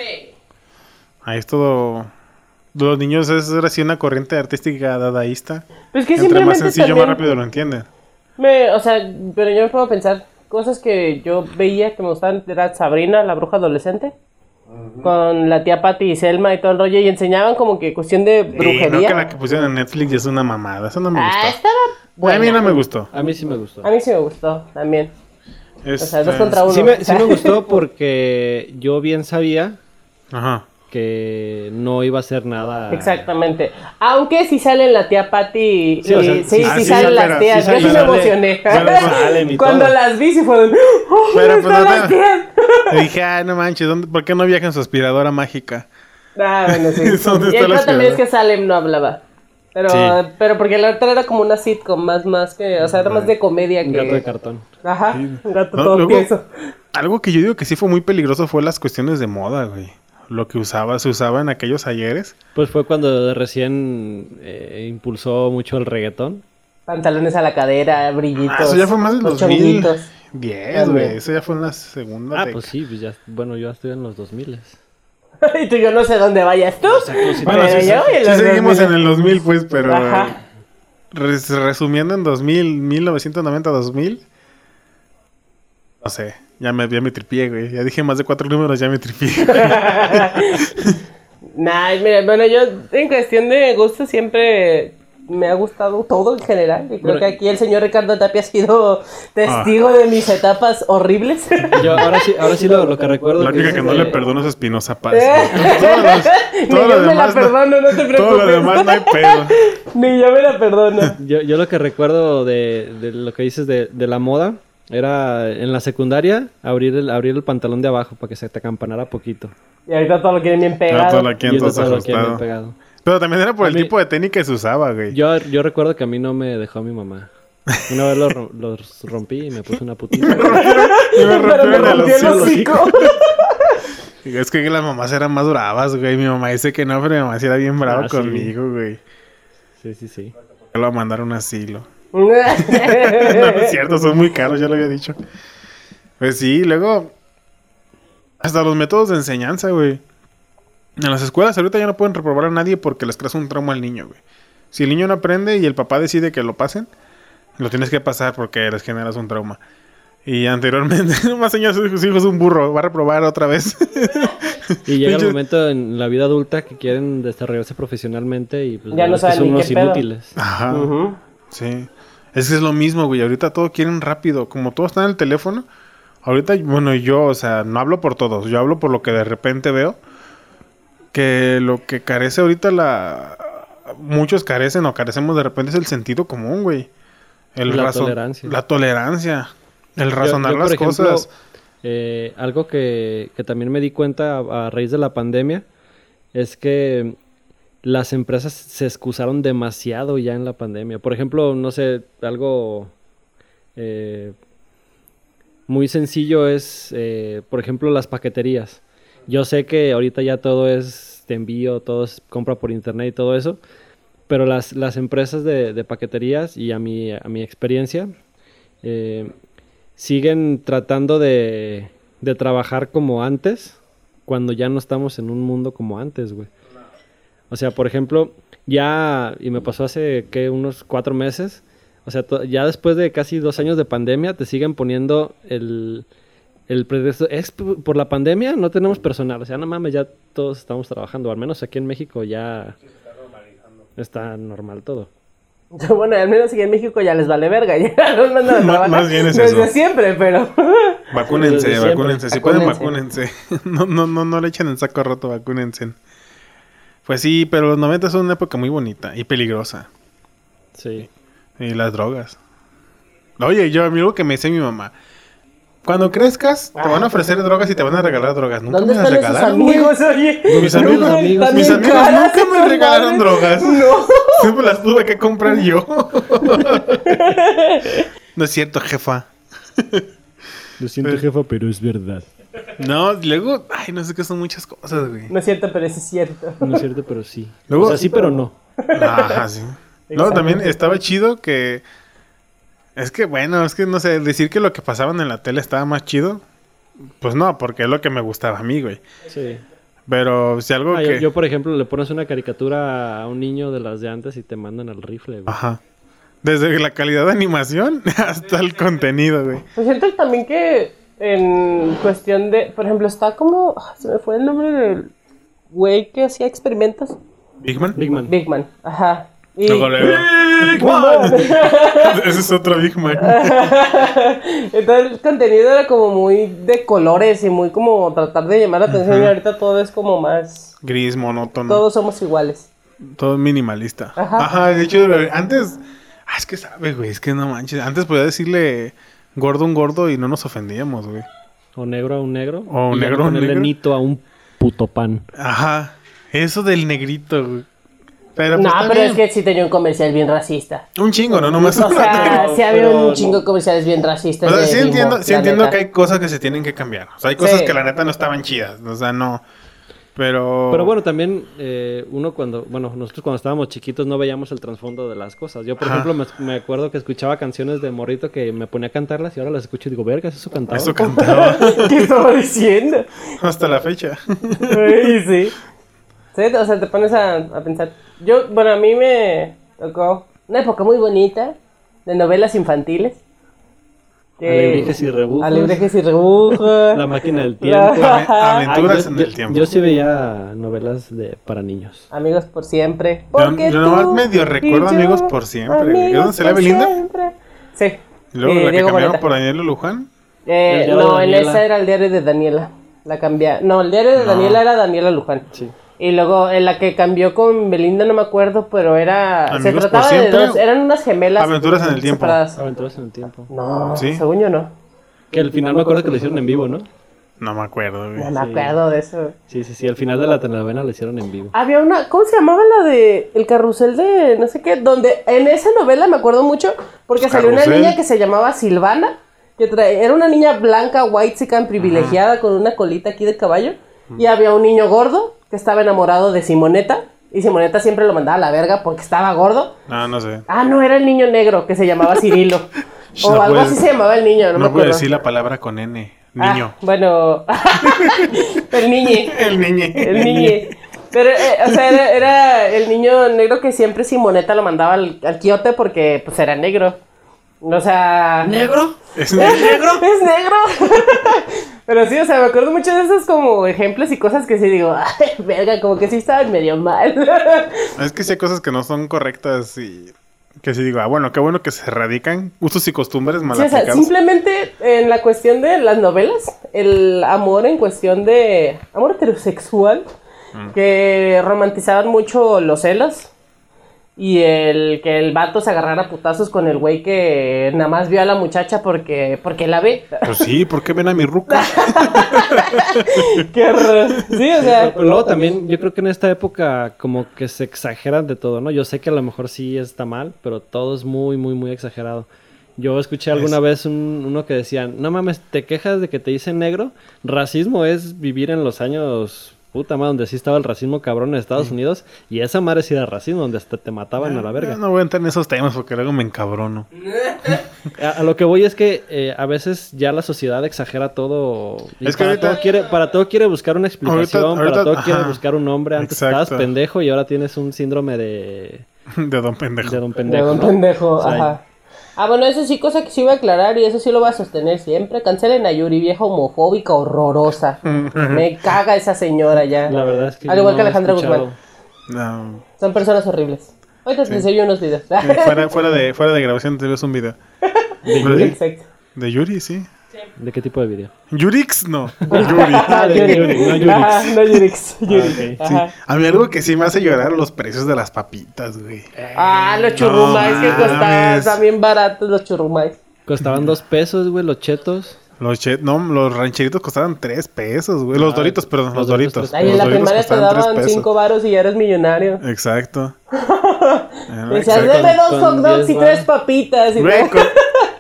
Speaker 2: Ahí Ah, es todo. Los niños es ahora sí una corriente artística dadaísta.
Speaker 3: Pues que
Speaker 2: Entre
Speaker 3: simplemente.
Speaker 2: más sencillo,
Speaker 3: también
Speaker 2: más rápido lo entienden.
Speaker 3: me- o sea, pero yo me puedo pensar cosas que yo veía que me gustaban. Era Sabrina, la bruja adolescente. Con la tía Patty y Selma y todo el rollo. Y enseñaban como que cuestión de
Speaker 2: Y no
Speaker 3: brujería.
Speaker 2: que la que pusieron en Netflix es una mamada. Eso no me
Speaker 3: Ah,
Speaker 2: gustó.
Speaker 3: estaba.
Speaker 2: A mí
Speaker 3: buena.
Speaker 2: no me gustó.
Speaker 1: A mí sí me gustó.
Speaker 3: A mí sí me gustó también.
Speaker 2: Es,
Speaker 3: O sea, dos contra uno.
Speaker 1: Sí me, sí me gustó porque yo bien sabía
Speaker 2: Ajá.
Speaker 1: que no iba a hacer nada.
Speaker 3: Exactamente. Aunque sí salen la tía Patty y
Speaker 1: Sí,
Speaker 3: sí,
Speaker 1: o sea,
Speaker 3: sí,
Speaker 1: sí,
Speaker 2: ah,
Speaker 3: sí
Speaker 2: sí
Speaker 3: salen
Speaker 2: sale,
Speaker 3: las
Speaker 2: pero-
Speaker 3: tías.
Speaker 1: sí
Speaker 3: Yo sí me
Speaker 1: sale,
Speaker 3: emocioné.
Speaker 2: sale,
Speaker 1: salen
Speaker 3: (laughs)
Speaker 1: y
Speaker 3: Cuando
Speaker 1: todo.
Speaker 3: las vi, sí fueron. ¡Oh,
Speaker 2: Pero,
Speaker 3: ¿dónde
Speaker 2: pues,
Speaker 3: están
Speaker 2: no
Speaker 3: las
Speaker 2: te-
Speaker 3: tías?
Speaker 2: Y dije, ah, no manches, ¿dónde- ¿por qué no viaja en su aspiradora mágica?
Speaker 3: Ah, bueno, sí.
Speaker 2: ¿Dónde
Speaker 3: y
Speaker 2: están
Speaker 3: el
Speaker 2: las
Speaker 3: otro también es
Speaker 2: tías?
Speaker 3: que Salem no hablaba. Pero,
Speaker 2: Sí.
Speaker 3: pero porque la otra era como una sitcom más, más que, o sea, era más de comedia
Speaker 1: Un gato de
Speaker 3: que.
Speaker 1: cartón.
Speaker 3: Ajá, un gato
Speaker 2: No,
Speaker 3: todo
Speaker 2: luego-
Speaker 3: tieso.
Speaker 2: Algo que yo digo que sí fue muy peligroso fue las cuestiones de moda, güey. Lo que usaba, se usaba en aquellos ayeres.
Speaker 1: Pues fue cuando recién eh, impulsó mucho el reggaetón.
Speaker 3: Pantalones a la cadera, brillitos.
Speaker 2: Ah, eso ya fue más del
Speaker 3: los chonguitos. (laughs)
Speaker 2: 2010, güey.
Speaker 3: También.
Speaker 2: Eso ya fue en la segunda
Speaker 1: Ah,
Speaker 2: década.
Speaker 1: pues sí, pues ya, bueno, yo ya estoy en los 2000.
Speaker 3: y tú, yo no sé dónde vayas tú.
Speaker 1: pues,
Speaker 2: Bueno,
Speaker 3: Pero
Speaker 2: sí,
Speaker 3: yo
Speaker 2: sí,
Speaker 3: y
Speaker 2: sí
Speaker 3: los
Speaker 2: seguimos
Speaker 3: 2000.
Speaker 2: en el 2000, pues, pero
Speaker 3: Ajá.
Speaker 2: res- resumiendo en 2000, 1990, 2000, no sé, ya me, ya me tripié, güey. Ya dije más de cuatro números, ya me tripié.
Speaker 3: (laughs) Nah, mira, bueno, yo en cuestión de gusto siempre me ha gustado todo en general. Y creo
Speaker 1: Bueno,
Speaker 3: que aquí el señor Ricardo Tapia ha sido
Speaker 2: Ah.
Speaker 3: testigo de mis etapas horribles.
Speaker 2: Pues,
Speaker 1: Yo ahora sí, ahora sí lo, lo que recuerdo.
Speaker 2: La única que no
Speaker 1: es,
Speaker 2: le
Speaker 1: eh,
Speaker 2: perdono es Espinosa Paz.
Speaker 3: (laughs)
Speaker 2: güey. Todo lo-
Speaker 3: (laughs) Ni
Speaker 2: todo lo
Speaker 3: yo me la
Speaker 2: demás no-
Speaker 3: perdono, no te preocupes.
Speaker 2: Todo lo demás no hay pedo.
Speaker 3: (laughs) Ni yo me la perdono.
Speaker 1: Yo, yo lo que recuerdo de, de lo que dices de, de la moda era en la secundaria abrir el, abrir el pantalón de abajo para que se te acampanara poquito.
Speaker 3: Y ahorita todo lo quieren bien
Speaker 2: Era
Speaker 3: pegado.
Speaker 2: todo aquí
Speaker 1: Y es de
Speaker 2: entonces
Speaker 1: todo lo que me he
Speaker 2: ajustado.
Speaker 1: pegado.
Speaker 2: Pero también era por
Speaker 1: A
Speaker 2: el
Speaker 1: mí-
Speaker 2: tipo de técnica que se usaba, güey.
Speaker 1: Yo, yo recuerdo que a mí no me dejó mi mamá. Una vez lo ro- los rompí y me puse una putita.
Speaker 3: (laughs)
Speaker 2: Y me
Speaker 3: Pero me
Speaker 2: rompieron el
Speaker 3: rompió el
Speaker 2: hocico. (laughs)
Speaker 3: hocico. (laughs)
Speaker 2: Es que las mamás eran más bravas, güey. Mi mamá dice que no, pero mi mamá sí era bien brava
Speaker 1: Ah, sí.
Speaker 2: conmigo, güey.
Speaker 1: Sí, sí, sí.
Speaker 2: Yo lo mandaron a un asilo. (laughs) no,
Speaker 3: (laughs)
Speaker 2: no es cierto, son muy caros, ya lo había dicho. Pues sí, luego. Hasta los métodos de enseñanza, güey. En las escuelas ahorita ya no pueden reprobar a nadie porque les creas un trauma al niño, güey. Si el niño no aprende y el papá decide que lo pasen, lo tienes que pasar porque les generas un trauma. Y anteriormente, (laughs) nomás enseñó a sus hijos un burro, va a reprobar otra vez.
Speaker 1: Y llega el
Speaker 2: Pinche-
Speaker 1: momento en la vida adulta que quieren desarrollarse profesionalmente y pues
Speaker 3: Ya
Speaker 1: la
Speaker 3: no
Speaker 1: verdad es que
Speaker 3: saben ni
Speaker 1: son unos
Speaker 3: qué pedo.
Speaker 1: inútiles.
Speaker 2: (laughs) Ajá.
Speaker 3: Ujú.
Speaker 2: Sí. Es que es lo mismo, güey. Ahorita todo quieren rápido. Como todo está en el teléfono. Ahorita, bueno, yo, o sea, no hablo por todos. Yo hablo por lo que de repente veo. Que lo que carece ahorita la... Muchos carecen o carecemos de repente es el sentido común, güey. El
Speaker 1: La
Speaker 2: razón-
Speaker 1: tolerancia.
Speaker 2: La tolerancia. El
Speaker 1: Yo-
Speaker 2: razonar
Speaker 1: yo, por
Speaker 2: las
Speaker 1: ejemplo,
Speaker 2: cosas.
Speaker 1: eh, algo que, que también me di cuenta a, a raíz de la pandemia es que las empresas se excusaron demasiado ya en la pandemia. Por ejemplo, no sé, algo eh, muy sencillo es, eh, por ejemplo, las paqueterías. Yo sé que ahorita ya todo es de envío, todo es compra por internet y todo eso, pero las, las empresas de, de paqueterías y a mi, a mi experiencia, eh, siguen tratando de, de trabajar como antes, cuando ya no estamos en un mundo como antes, güey. O sea, por ejemplo, ya, y me pasó hace, ¿qué? Unos cuatro meses. O sea, to- ya después de casi dos años de pandemia, te siguen poniendo el, el pretexto. Es p- por la pandemia, no tenemos personal. O sea, no mames, ya todos estamos trabajando. Al menos aquí en México ya está normal todo.
Speaker 3: Bueno, al menos aquí en México ya les vale verga. (laughs) Ya no mandan a
Speaker 2: Más-
Speaker 3: trabajar
Speaker 2: más bien es
Speaker 3: desde
Speaker 2: eso.
Speaker 3: siempre, pero.
Speaker 1: Desde
Speaker 2: Vacúnense,
Speaker 1: siempre.
Speaker 2: vacúnense. Si pueden, vacúnense. (laughs) No, no, no, no le echen el saco roto, vacúnense. Pues sí, pero los 90 son una época muy bonita y peligrosa.
Speaker 1: Sí.
Speaker 2: Y las drogas. Oye, yo, a mí algo que me dice mi mamá. Cuando crezcas, te van a ofrecer drogas y te van a regalar drogas. Nunca
Speaker 3: ¿Dónde
Speaker 2: me las
Speaker 3: están esos
Speaker 2: regalaron. güey.
Speaker 3: amigos, oye?
Speaker 2: Mis amigos,
Speaker 3: Nunca-
Speaker 1: amigos,
Speaker 3: también
Speaker 2: Mis amigos
Speaker 3: caras
Speaker 2: nunca me
Speaker 3: esas
Speaker 2: regalaron
Speaker 3: madres.
Speaker 2: drogas.
Speaker 3: No.
Speaker 2: (laughs) Siempre las tuve que comprar yo. (laughs) no es cierto, jefa.
Speaker 1: Lo siento, jefa, pero es verdad.
Speaker 2: No, luego, ay, no sé qué son muchas cosas, güey.
Speaker 3: No es cierto, pero eso es cierto.
Speaker 1: No es cierto, pero sí.
Speaker 2: Luego-
Speaker 1: o sea, sí, pero no.
Speaker 2: Ajá, sí. Luego también estaba chido que. Es que bueno, es que no sé, decir que lo que pasaban en la tele estaba más chido. Pues no, porque es lo que me gustaba a mí, güey.
Speaker 1: Sí.
Speaker 2: Pero si algo
Speaker 1: Ah, yo,
Speaker 2: que.
Speaker 1: yo, por ejemplo, le pones una caricatura a un niño de las de antes y te mandan al rifle, güey.
Speaker 2: Ajá. Desde la calidad de animación hasta el contenido, güey.
Speaker 3: Pues siento también que en cuestión de. Por ejemplo, está como. ah, Se me fue el nombre del güey que hacía experimentos.
Speaker 2: Big Man.
Speaker 1: Big Man.
Speaker 3: Big Man. Ajá. Y-
Speaker 2: Luego, luego. Big Man. Ese es otro Big Man.
Speaker 3: Entonces el contenido era como muy de colores y muy como tratar de llamar la atención y ahorita todo es como más...
Speaker 2: Gris, monótono.
Speaker 3: Todos somos iguales.
Speaker 2: Todo minimalista. Ajá.
Speaker 3: Ajá.
Speaker 2: de hecho, antes. Ah, es que sabes, güey, es que no manches. Antes podía decirle gordo a un gordo y no nos ofendíamos, güey.
Speaker 1: O negro a un negro.
Speaker 2: O un
Speaker 1: y ya
Speaker 2: negro a un
Speaker 1: ponerle
Speaker 2: negro.
Speaker 1: nito a un puto pan.
Speaker 2: Ajá. Eso del negrito, güey. Pero,
Speaker 3: no,
Speaker 2: pues, está
Speaker 3: pero
Speaker 2: bien.
Speaker 3: es que sí tenía un comercial bien racista.
Speaker 2: Un chingo, ¿no? Nomás.
Speaker 3: (laughs) O sea, sí había
Speaker 1: pero-
Speaker 3: un chingo de comerciales
Speaker 2: (laughs)
Speaker 3: bien
Speaker 2: O
Speaker 3: racistas.
Speaker 2: sea,
Speaker 3: de
Speaker 2: sí
Speaker 3: Bimbo,
Speaker 2: entiendo, sí
Speaker 3: la
Speaker 2: entiendo
Speaker 3: neta.
Speaker 2: que hay cosas que se tienen que cambiar. O sea, hay cosas
Speaker 3: Sí.
Speaker 2: que la neta no estaban chidas. O sea, no. Pero.
Speaker 1: Pero bueno, también eh, uno cuando... Bueno, nosotros cuando estábamos chiquitos no veíamos el trasfondo de las cosas. Yo, por
Speaker 2: Ajá.
Speaker 1: ejemplo, me, me acuerdo que escuchaba canciones de morrito que me ponía a cantarlas y ahora las escucho y digo, vergas, eso cantaba.
Speaker 2: Eso cantaba
Speaker 3: (laughs) ¿Qué estaba diciendo?
Speaker 2: (laughs) hasta la
Speaker 3: (laughs)
Speaker 2: fecha.
Speaker 3: Ay, sí. Sí, o sea, te pones a, a pensar. Yo, bueno, a mí me tocó una época muy bonita de novelas infantiles.
Speaker 1: Alebrijes y rebujos.
Speaker 3: Alebrijes y rebujos.
Speaker 1: La máquina del tiempo.
Speaker 2: Ame-
Speaker 3: Ajá.
Speaker 1: Ay,
Speaker 2: Aventuras
Speaker 1: yo-
Speaker 2: en
Speaker 1: yo-
Speaker 2: el tiempo.
Speaker 1: Yo sí veía novelas de, para niños.
Speaker 3: Amigos por siempre.
Speaker 2: Yo-
Speaker 3: Porque
Speaker 2: yo nomás
Speaker 3: tú
Speaker 2: medio
Speaker 3: y
Speaker 2: recuerdo
Speaker 3: yo,
Speaker 2: Amigos por siempre, güey. ¿Es donde sale
Speaker 3: por
Speaker 2: Belinda?
Speaker 3: siempre. Sí.
Speaker 2: Y luego
Speaker 3: Eh,
Speaker 2: la que
Speaker 3: Diego
Speaker 2: cambiaron
Speaker 3: Boneta.
Speaker 2: por Daniel Luján.
Speaker 3: Eh,
Speaker 1: El diario
Speaker 3: no,
Speaker 1: de
Speaker 3: en
Speaker 1: Daniela.
Speaker 3: esa era el diario de Daniela. La cambia. No, el diario
Speaker 2: No.
Speaker 3: de Daniela era Daniela Luján.
Speaker 1: Sí.
Speaker 3: Y luego en la que cambió con Belinda no me acuerdo, pero era
Speaker 2: Amigos
Speaker 3: se
Speaker 2: por
Speaker 3: trataba de
Speaker 2: siempre.
Speaker 3: dos, eran unas gemelas.
Speaker 2: Aventuras en el tiempo.
Speaker 3: separadas.
Speaker 1: Aventuras en el tiempo.
Speaker 3: No,
Speaker 2: Sí.
Speaker 3: según yo no.
Speaker 1: Que al final me acuerdo que lo hicieron en vivo, ¿no?
Speaker 2: No me acuerdo, güey.
Speaker 3: No me acuerdo de eso.
Speaker 1: Sí, sí, sí. Al final de la telenovela lo hicieron en vivo.
Speaker 3: Había una, ¿cómo se llamaba la de El carrusel de no sé qué? Donde en esa novela me acuerdo mucho porque salió una
Speaker 2: Pues, Carrusel.
Speaker 3: niña que se llamaba Silvana, que tra- era una niña blanca, white, chican, privilegiada con una colita aquí de caballo y había un niño gordo que estaba enamorado de Simoneta y Simoneta siempre lo mandaba a la verga porque estaba gordo.
Speaker 2: No, no sé.
Speaker 3: Ah, no, era el niño negro que se
Speaker 2: (laughs)
Speaker 3: llamaba Cirilo. o
Speaker 2: No
Speaker 3: algo
Speaker 2: puedes-
Speaker 3: así se llamaba el niño,
Speaker 2: No,
Speaker 3: no, me
Speaker 2: puedo
Speaker 3: acuerdo.
Speaker 2: decir la palabra con N. Niño.
Speaker 3: Ah, bueno, (laughs) el niñe.
Speaker 2: El niñe.
Speaker 3: El niñe. Pero, eh, o sea, era, era el niño negro que siempre Simoneta lo mandaba al, al quiote porque, pues, era negro. O sea... (laughs)
Speaker 1: ¿Negro?
Speaker 2: (laughs) Es niño.
Speaker 3: negro? ¡Es negro! (laughs) Pero sí, o sea, me acuerdo mucho de esos como ejemplos y cosas que sí digo, (laughs) ay, verga, como que sí estaban medio mal. (laughs)
Speaker 2: Es que sí hay cosas que no son correctas y que sí digo, ah, bueno, qué bueno que se erradican usos y costumbres mal
Speaker 3: Sí, o sea,
Speaker 2: aplicados.
Speaker 3: simplemente en la cuestión de las novelas, el amor en cuestión de amor heterosexual, que romantizaban mucho los celos y el que el vato se agarrara a putazos con el güey que nada más vio a la muchacha porque, porque la ve.
Speaker 2: Pues sí, ¿por qué ven a mi ruca?
Speaker 3: (laughs) Qué horror. Sí, o sea,
Speaker 1: Pero luego también, yo creo que en esta época como que se exageran de todo, ¿no? Yo sé que a lo mejor sí está mal, pero todo es muy, muy, muy exagerado. Yo escuché alguna
Speaker 2: Es-
Speaker 1: vez un- uno que decía, no mames, te quejas de que te dicen negro. Racismo es vivir en los años, puta madre, donde sí estaba el racismo cabrón en Estados Unidos. Y esa madre sí era racismo, donde hasta te mataban a la verga.
Speaker 2: No, no voy a entrar en esos temas porque luego me encabrono. (laughs)
Speaker 1: A, a lo que voy es que eh, a veces ya la sociedad exagera todo. y
Speaker 2: Es que
Speaker 1: para,
Speaker 2: ahorita-
Speaker 1: todo quiere, para todo quiere buscar una explicación,
Speaker 2: Ahorita-
Speaker 1: para
Speaker 2: ahorita-
Speaker 1: todo quiere
Speaker 2: ajá.
Speaker 1: buscar un nombre. Antes
Speaker 2: Exacto.
Speaker 1: estabas pendejo y ahora tienes un síndrome de,
Speaker 2: De don
Speaker 1: de
Speaker 2: pendejo.
Speaker 1: don
Speaker 3: de
Speaker 1: pendejo.
Speaker 3: un
Speaker 1: ¿no?
Speaker 3: pendejo,
Speaker 1: Sí.
Speaker 3: ajá. Ah, bueno, eso sí, cosa que sí voy a aclarar y eso sí lo voy a sostener siempre. Cancelen a Yuri, vieja homofóbica horrorosa. Me caga esa señora ya.
Speaker 1: La verdad es que.
Speaker 3: Al
Speaker 1: yo
Speaker 3: igual que
Speaker 1: no he
Speaker 3: Alejandra
Speaker 1: escuchado-
Speaker 3: Guzmán.
Speaker 2: (laughs) No.
Speaker 3: Son personas horribles. Ahorita te enseño unos videos. Ah,
Speaker 2: Eh, fuera, fuera de, fuera de grabación te ves un video. ¿De Yuri?
Speaker 3: Exacto.
Speaker 2: De Yuri, sí.
Speaker 1: ¿De qué tipo de video?
Speaker 2: Yurix,
Speaker 3: (laughs)
Speaker 2: no. Yuri.
Speaker 3: Ah,
Speaker 1: de Yuri, no Yurix.
Speaker 3: Ajá, no Yurix. Yurix.
Speaker 1: Ah,
Speaker 2: Sí.
Speaker 3: Ajá.
Speaker 2: A mí algo que sí me hace llorar los precios de las papitas, güey.
Speaker 3: Ah, los churrumais que
Speaker 2: mames.
Speaker 3: costaban también baratos los churrumais.
Speaker 1: Costaban dos pesos, güey, los chetos.
Speaker 2: Los che- no, los rancheritos costaban 3 pesos, güey. Los
Speaker 1: Ah,
Speaker 2: doritos, perdón,
Speaker 1: los
Speaker 2: los
Speaker 1: Doritos,
Speaker 2: doritos.
Speaker 1: tres
Speaker 3: Ahí en
Speaker 2: Los
Speaker 3: la
Speaker 2: Doritos
Speaker 3: primaria te
Speaker 2: costaban tres
Speaker 3: daban
Speaker 2: pesos.
Speaker 3: cinco varos y ya eres millonario. (laughs)
Speaker 2: Exacto. Ah,
Speaker 3: Decías,
Speaker 2: exacto.
Speaker 3: deme dos
Speaker 1: Con
Speaker 3: hot dogs
Speaker 1: diez
Speaker 3: y
Speaker 1: varos.
Speaker 3: tres (laughs) papitas. Y
Speaker 2: Güey,
Speaker 3: todo.
Speaker 2: con,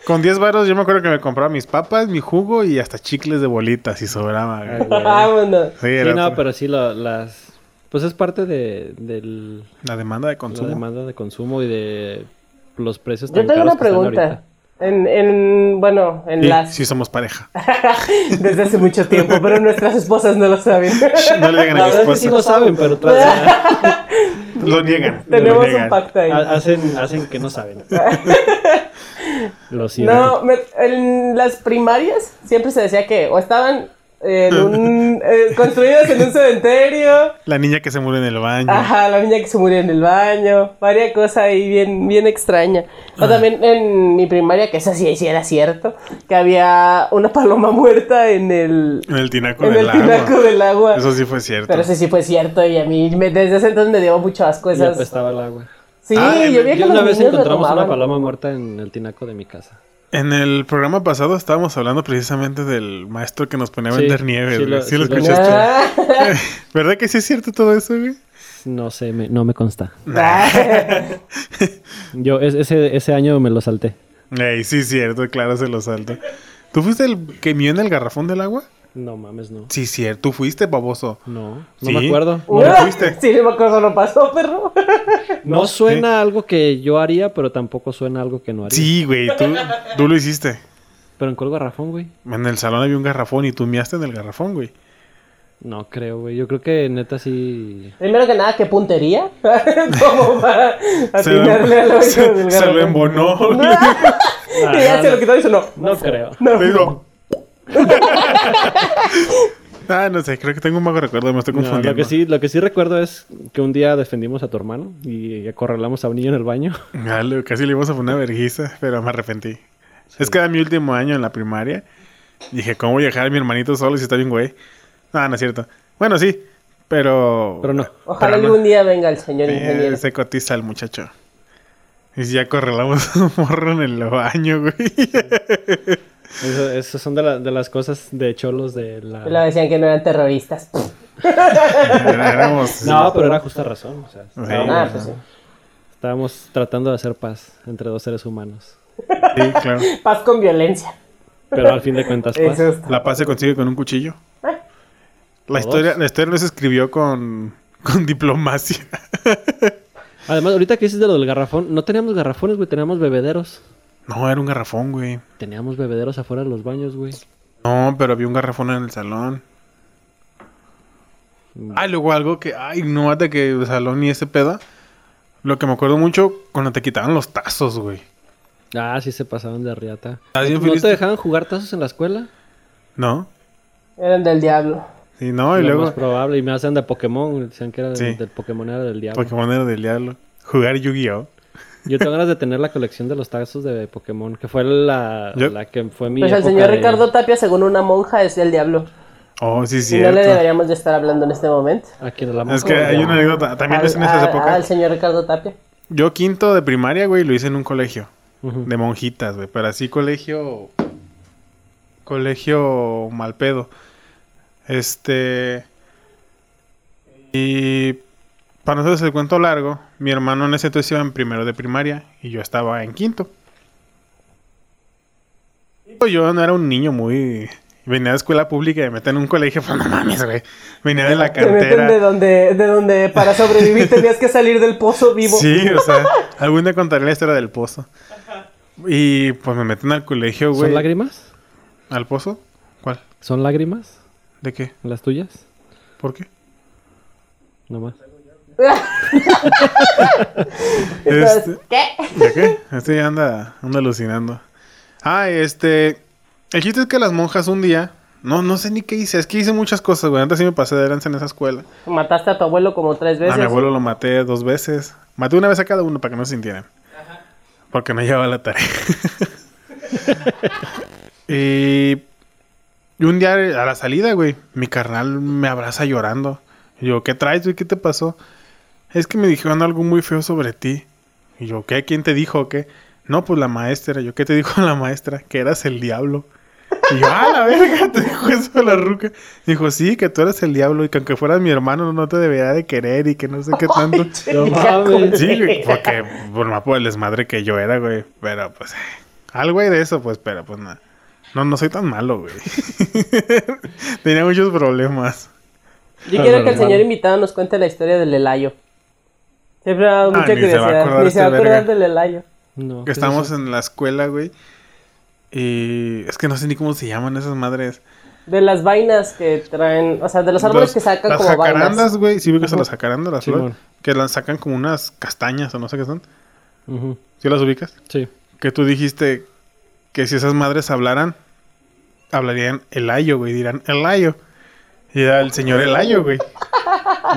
Speaker 2: con 10 varos yo me acuerdo que me compraba mis papas, mi jugo y hasta chicles de bolitas y sobraba. güey.
Speaker 1: Ay, güey.
Speaker 3: Vámonos.
Speaker 1: Sí,
Speaker 2: Sí, era
Speaker 1: no,
Speaker 2: otra-
Speaker 1: pero sí, lo- las. Pues es parte de del-
Speaker 2: la demanda de
Speaker 1: la
Speaker 2: consumo.
Speaker 1: demanda de consumo y de los precios.
Speaker 3: Yo
Speaker 1: tan
Speaker 3: tengo
Speaker 1: caros
Speaker 3: una
Speaker 1: que están
Speaker 3: pregunta.
Speaker 1: ahorita.
Speaker 3: En, en, bueno, en
Speaker 2: Y
Speaker 3: las...
Speaker 2: sí somos pareja.
Speaker 3: (laughs) Desde hace mucho tiempo, pero nuestras esposas no lo saben.
Speaker 2: (laughs) No le digan
Speaker 1: La
Speaker 2: a mi
Speaker 1: verdad es que sí lo
Speaker 2: esposa.
Speaker 1: saben, pero (laughs) tras-
Speaker 2: Lo niegan. lo
Speaker 3: Tenemos un
Speaker 2: niegan.
Speaker 3: pacto ahí.
Speaker 1: Ha- Hacen, hacen que no saben. Lo siento.
Speaker 3: No, me- en las primarias siempre se decía que o estaban
Speaker 2: (laughs)
Speaker 3: en un, eh, construidas en un cementerio,
Speaker 2: La niña que se murió en el baño.
Speaker 3: ajá, la niña que se murió en el baño, varias cosas ahí bien, bien extraña. O también en mi primaria, que esa sí, sí era cierto, que había una paloma muerta en el,
Speaker 2: En el tinaco
Speaker 3: en
Speaker 2: del
Speaker 3: el tinaco
Speaker 2: agua.
Speaker 3: del agua.
Speaker 2: Eso sí fue cierto.
Speaker 3: Pero eso sí fue cierto y a mí me- desde ese entonces me dio mucho asco
Speaker 1: Ya
Speaker 3: esas.
Speaker 1: apestaba el agua.
Speaker 3: pues, Sí,
Speaker 2: Ah, en
Speaker 3: yo
Speaker 2: el-
Speaker 3: vi que
Speaker 1: pues, Yo
Speaker 3: los
Speaker 1: una vez
Speaker 3: niños lo
Speaker 1: encontramos una
Speaker 3: tomaban.
Speaker 1: paloma muerta en el tinaco de mi casa.
Speaker 2: En el programa pasado estábamos hablando precisamente del maestro que nos ponía a vender
Speaker 1: Sí,
Speaker 2: nieve.
Speaker 1: sí
Speaker 2: güey.
Speaker 1: lo-
Speaker 2: Sí
Speaker 1: sí
Speaker 2: lo
Speaker 1: lo-
Speaker 2: escuchaste.
Speaker 3: Ah.
Speaker 2: (laughs) ¿Verdad que sí es cierto todo eso, güey?
Speaker 1: No sé, me- no me consta.
Speaker 2: (laughs)
Speaker 3: Ah. (laughs)
Speaker 1: Yo es- ese, ese año me lo salté.
Speaker 2: Ey, sí es cierto, claro, se lo salto. ¿Tú fuiste el que mió en el garrafón del agua?
Speaker 1: No mames, no.
Speaker 2: Sí, cierto. Tú fuiste, baboso.
Speaker 1: No, no
Speaker 2: Sí.
Speaker 1: me acuerdo.
Speaker 2: No lo fuiste.
Speaker 3: Sí, no me acuerdo, no pasó, perro.
Speaker 1: No suena algo que yo haría, pero tampoco suena algo que no haría.
Speaker 2: Sí, güey, tú, tú lo hiciste.
Speaker 1: Pero en cuál garrafón, güey.
Speaker 2: En el salón había un garrafón y tú miaste en el garrafón, güey.
Speaker 1: No creo, güey. Yo creo que neta sí.
Speaker 3: (laughs) Primero que nada, ¿qué puntería? (laughs) Como para
Speaker 2: Se lo,
Speaker 3: atinarle al
Speaker 2: (laughs)
Speaker 3: hoyo
Speaker 2: se-
Speaker 3: del
Speaker 2: se lo
Speaker 3: garrafón.
Speaker 2: embonó.
Speaker 3: (laughs) y ya se lo quitó y dice, Ah, no.
Speaker 1: No creo.
Speaker 3: No.
Speaker 2: Le digo. (laughs) ah, no sé, creo que tengo un vago recuerdo, me estoy
Speaker 1: No,
Speaker 2: confundiendo.
Speaker 1: lo, que sí, lo que sí recuerdo es que un día defendimos a tu hermano y acorralamos a un niño en el baño.
Speaker 2: Ah, le- casi le íbamos a poner una vergüenza, pero me arrepentí. Es que era mi último año en la primaria. Dije, ¿cómo voy a dejar a mi hermanito solo si está bien, güey? Ah, no es cierto. Bueno, sí, pero.
Speaker 1: Pero no.
Speaker 3: Ojalá
Speaker 2: pero no.
Speaker 3: algún día venga el señor
Speaker 2: Eh,
Speaker 3: ingeniero.
Speaker 2: se cotiza el muchacho. Y si ya correlamos (laughs) un morro en el baño, güey.
Speaker 1: Eso- Esas son de, la- de las cosas de cholos de la...
Speaker 3: Y luego decían que no eran terroristas.
Speaker 2: Éramos-
Speaker 1: (laughs) No, pero era justa razón. o sea, estábamos,
Speaker 3: (laughs) Ah, pues sí.
Speaker 1: estábamos tratando de hacer paz entre dos seres humanos.
Speaker 2: Sí, claro.
Speaker 3: Paz con violencia.
Speaker 1: Pero al fin de cuentas, paz.
Speaker 3: Eso está.
Speaker 2: La paz se consigue con un cuchillo. La
Speaker 1: ¿Todos?
Speaker 2: historia, la historia no se escribió con, con diplomacia. (laughs)
Speaker 1: Además, ahorita que dices de lo del garrafón, no teníamos garrafones, güey, teníamos bebederos.
Speaker 2: No, era un garrafón, güey.
Speaker 1: Teníamos bebederos afuera de los baños, güey.
Speaker 2: No, pero había un garrafón en el salón.
Speaker 1: Mm.
Speaker 2: Ah, luego algo que, ay, no, hasta que el salón y ese pedo. Lo que me acuerdo mucho, cuando te quitaban los tazos, güey.
Speaker 1: Ah, sí se pasaban de riata.
Speaker 2: ¿Estás bien
Speaker 1: ¿No
Speaker 2: feliz?
Speaker 1: te dejaban jugar tazos en la escuela?
Speaker 2: No.
Speaker 3: Eran del diablo.
Speaker 2: Sí, no, Ah, y
Speaker 1: lo
Speaker 2: luego.
Speaker 1: más probable. Y me hacían de Pokémon. Decían que era del-
Speaker 2: Sí.
Speaker 1: del Pokémon, era del diablo.
Speaker 2: Pokémon era del diablo. Jugar Yu-Gi-Oh!
Speaker 1: Yo tengo ganas de tener la colección de los tazos de Pokémon, que fue la,
Speaker 2: Yo-
Speaker 1: la que fue mi
Speaker 3: Pues el
Speaker 1: época
Speaker 3: señor
Speaker 1: de-
Speaker 3: Ricardo Tapia, según una monja, es del diablo.
Speaker 2: Oh, sí, sí.
Speaker 3: Y no le deberíamos de estar hablando en este momento.
Speaker 1: a quien la
Speaker 2: Es
Speaker 1: monja
Speaker 2: que hay
Speaker 1: odiaba.
Speaker 2: una anécdota. También
Speaker 3: Al-
Speaker 2: es en esas
Speaker 3: al-
Speaker 2: épocas.
Speaker 3: Al señor Ricardo Tapia.
Speaker 2: Yo quinto de primaria, güey, lo hice en un colegio.
Speaker 1: Ujú.
Speaker 2: De monjitas, güey. Pero así colegio... Colegio mal pedo. Este... Y... Para nosotros el cuento largo, mi hermano en ese entonces iba en primero de primaria y yo estaba en quinto. Pues Yo no era un niño muy... Venía de escuela pública y me metí en un colegio, (laughs) pues no mames, güey. Venía de la
Speaker 3: Te meten
Speaker 2: cantera.
Speaker 3: de donde, de donde
Speaker 2: (laughs)
Speaker 3: para sobrevivir tenías que salir del pozo vivo.
Speaker 2: Sí, o
Speaker 3: (laughs)
Speaker 2: sea, algún día contaré la historia del pozo. Y pues me meten al colegio,
Speaker 1: ¿Son
Speaker 2: güey.
Speaker 1: lágrimas?
Speaker 2: ¿Al pozo? ¿Cuál?
Speaker 1: ¿Son lágrimas?
Speaker 2: ¿De qué?
Speaker 1: ¿Las tuyas?
Speaker 2: ¿Por qué?
Speaker 1: Nomás.
Speaker 3: Entonces,
Speaker 2: Este-
Speaker 3: ¿Qué?
Speaker 2: ¿De qué? Este ya anda, anda alucinando. Ah, este. El chiste es que las monjas un día. No, no sé ni qué hice. Es que hice muchas cosas, güey. Antes sí me pasé de lanza en esa escuela.
Speaker 3: Mataste a tu abuelo como tres veces.
Speaker 2: A Ah, mi
Speaker 3: (laughs)
Speaker 2: abuelo lo maté dos veces. Maté una vez a cada uno para que no se sintieran. Porque no llevaba la tarea. (laughs) y, y un día a la salida, güey, mi carnal me abraza llorando. Y yo, ¿qué traes, güey? ¿Qué te pasó? Es que me dijeron algo muy feo sobre ti. Y yo, ¿qué? ¿Quién te dijo? ¿Qué? No, pues la maestra. Yo, ¿qué te dijo (laughs) la maestra? Que eras el diablo. Y yo, ah, la verga, (laughs) te dijo eso la ruca. Dijo, sí, que tú eres el diablo y que aunque fueras mi hermano no te debería de querer y que no sé qué tanto.
Speaker 1: No mames.
Speaker 2: Sí, güey, porque por más por el desmadre que yo era, güey. Pero pues, eh, algo hay de eso, pues, pero pues nada. No, no soy tan malo, güey. (laughs) Tenía muchos problemas.
Speaker 3: Yo quiero que el
Speaker 1: Normal.
Speaker 3: señor invitado nos cuente la historia del Elayo. Siempre ha dado mucha
Speaker 2: Ah, ni se va a
Speaker 3: curiosidad.
Speaker 2: acordar
Speaker 3: Ni se va a
Speaker 2: este verga.
Speaker 3: acordar del Elayo.
Speaker 1: No,
Speaker 2: Que
Speaker 1: ¿qué es
Speaker 2: estábamos
Speaker 1: eso?
Speaker 2: en la escuela, güey. Y es que no sé ni cómo se llaman esas madres.
Speaker 3: De las vainas que traen, o sea, de los árboles
Speaker 2: Los-
Speaker 3: que sacan
Speaker 2: las
Speaker 3: como vainas.
Speaker 2: jacarandas, güey. Sí, vi que son las jacarandas, las
Speaker 1: Simón.
Speaker 2: flores. Que las sacan como unas castañas o no sé qué son.
Speaker 1: Ujú,
Speaker 2: ¿Sí las ubicas?
Speaker 1: Sí.
Speaker 2: que tú dijiste que si esas madres hablaran, hablarían el ayo, güey, dirán el ayo. Y era el señor el ayo, güey.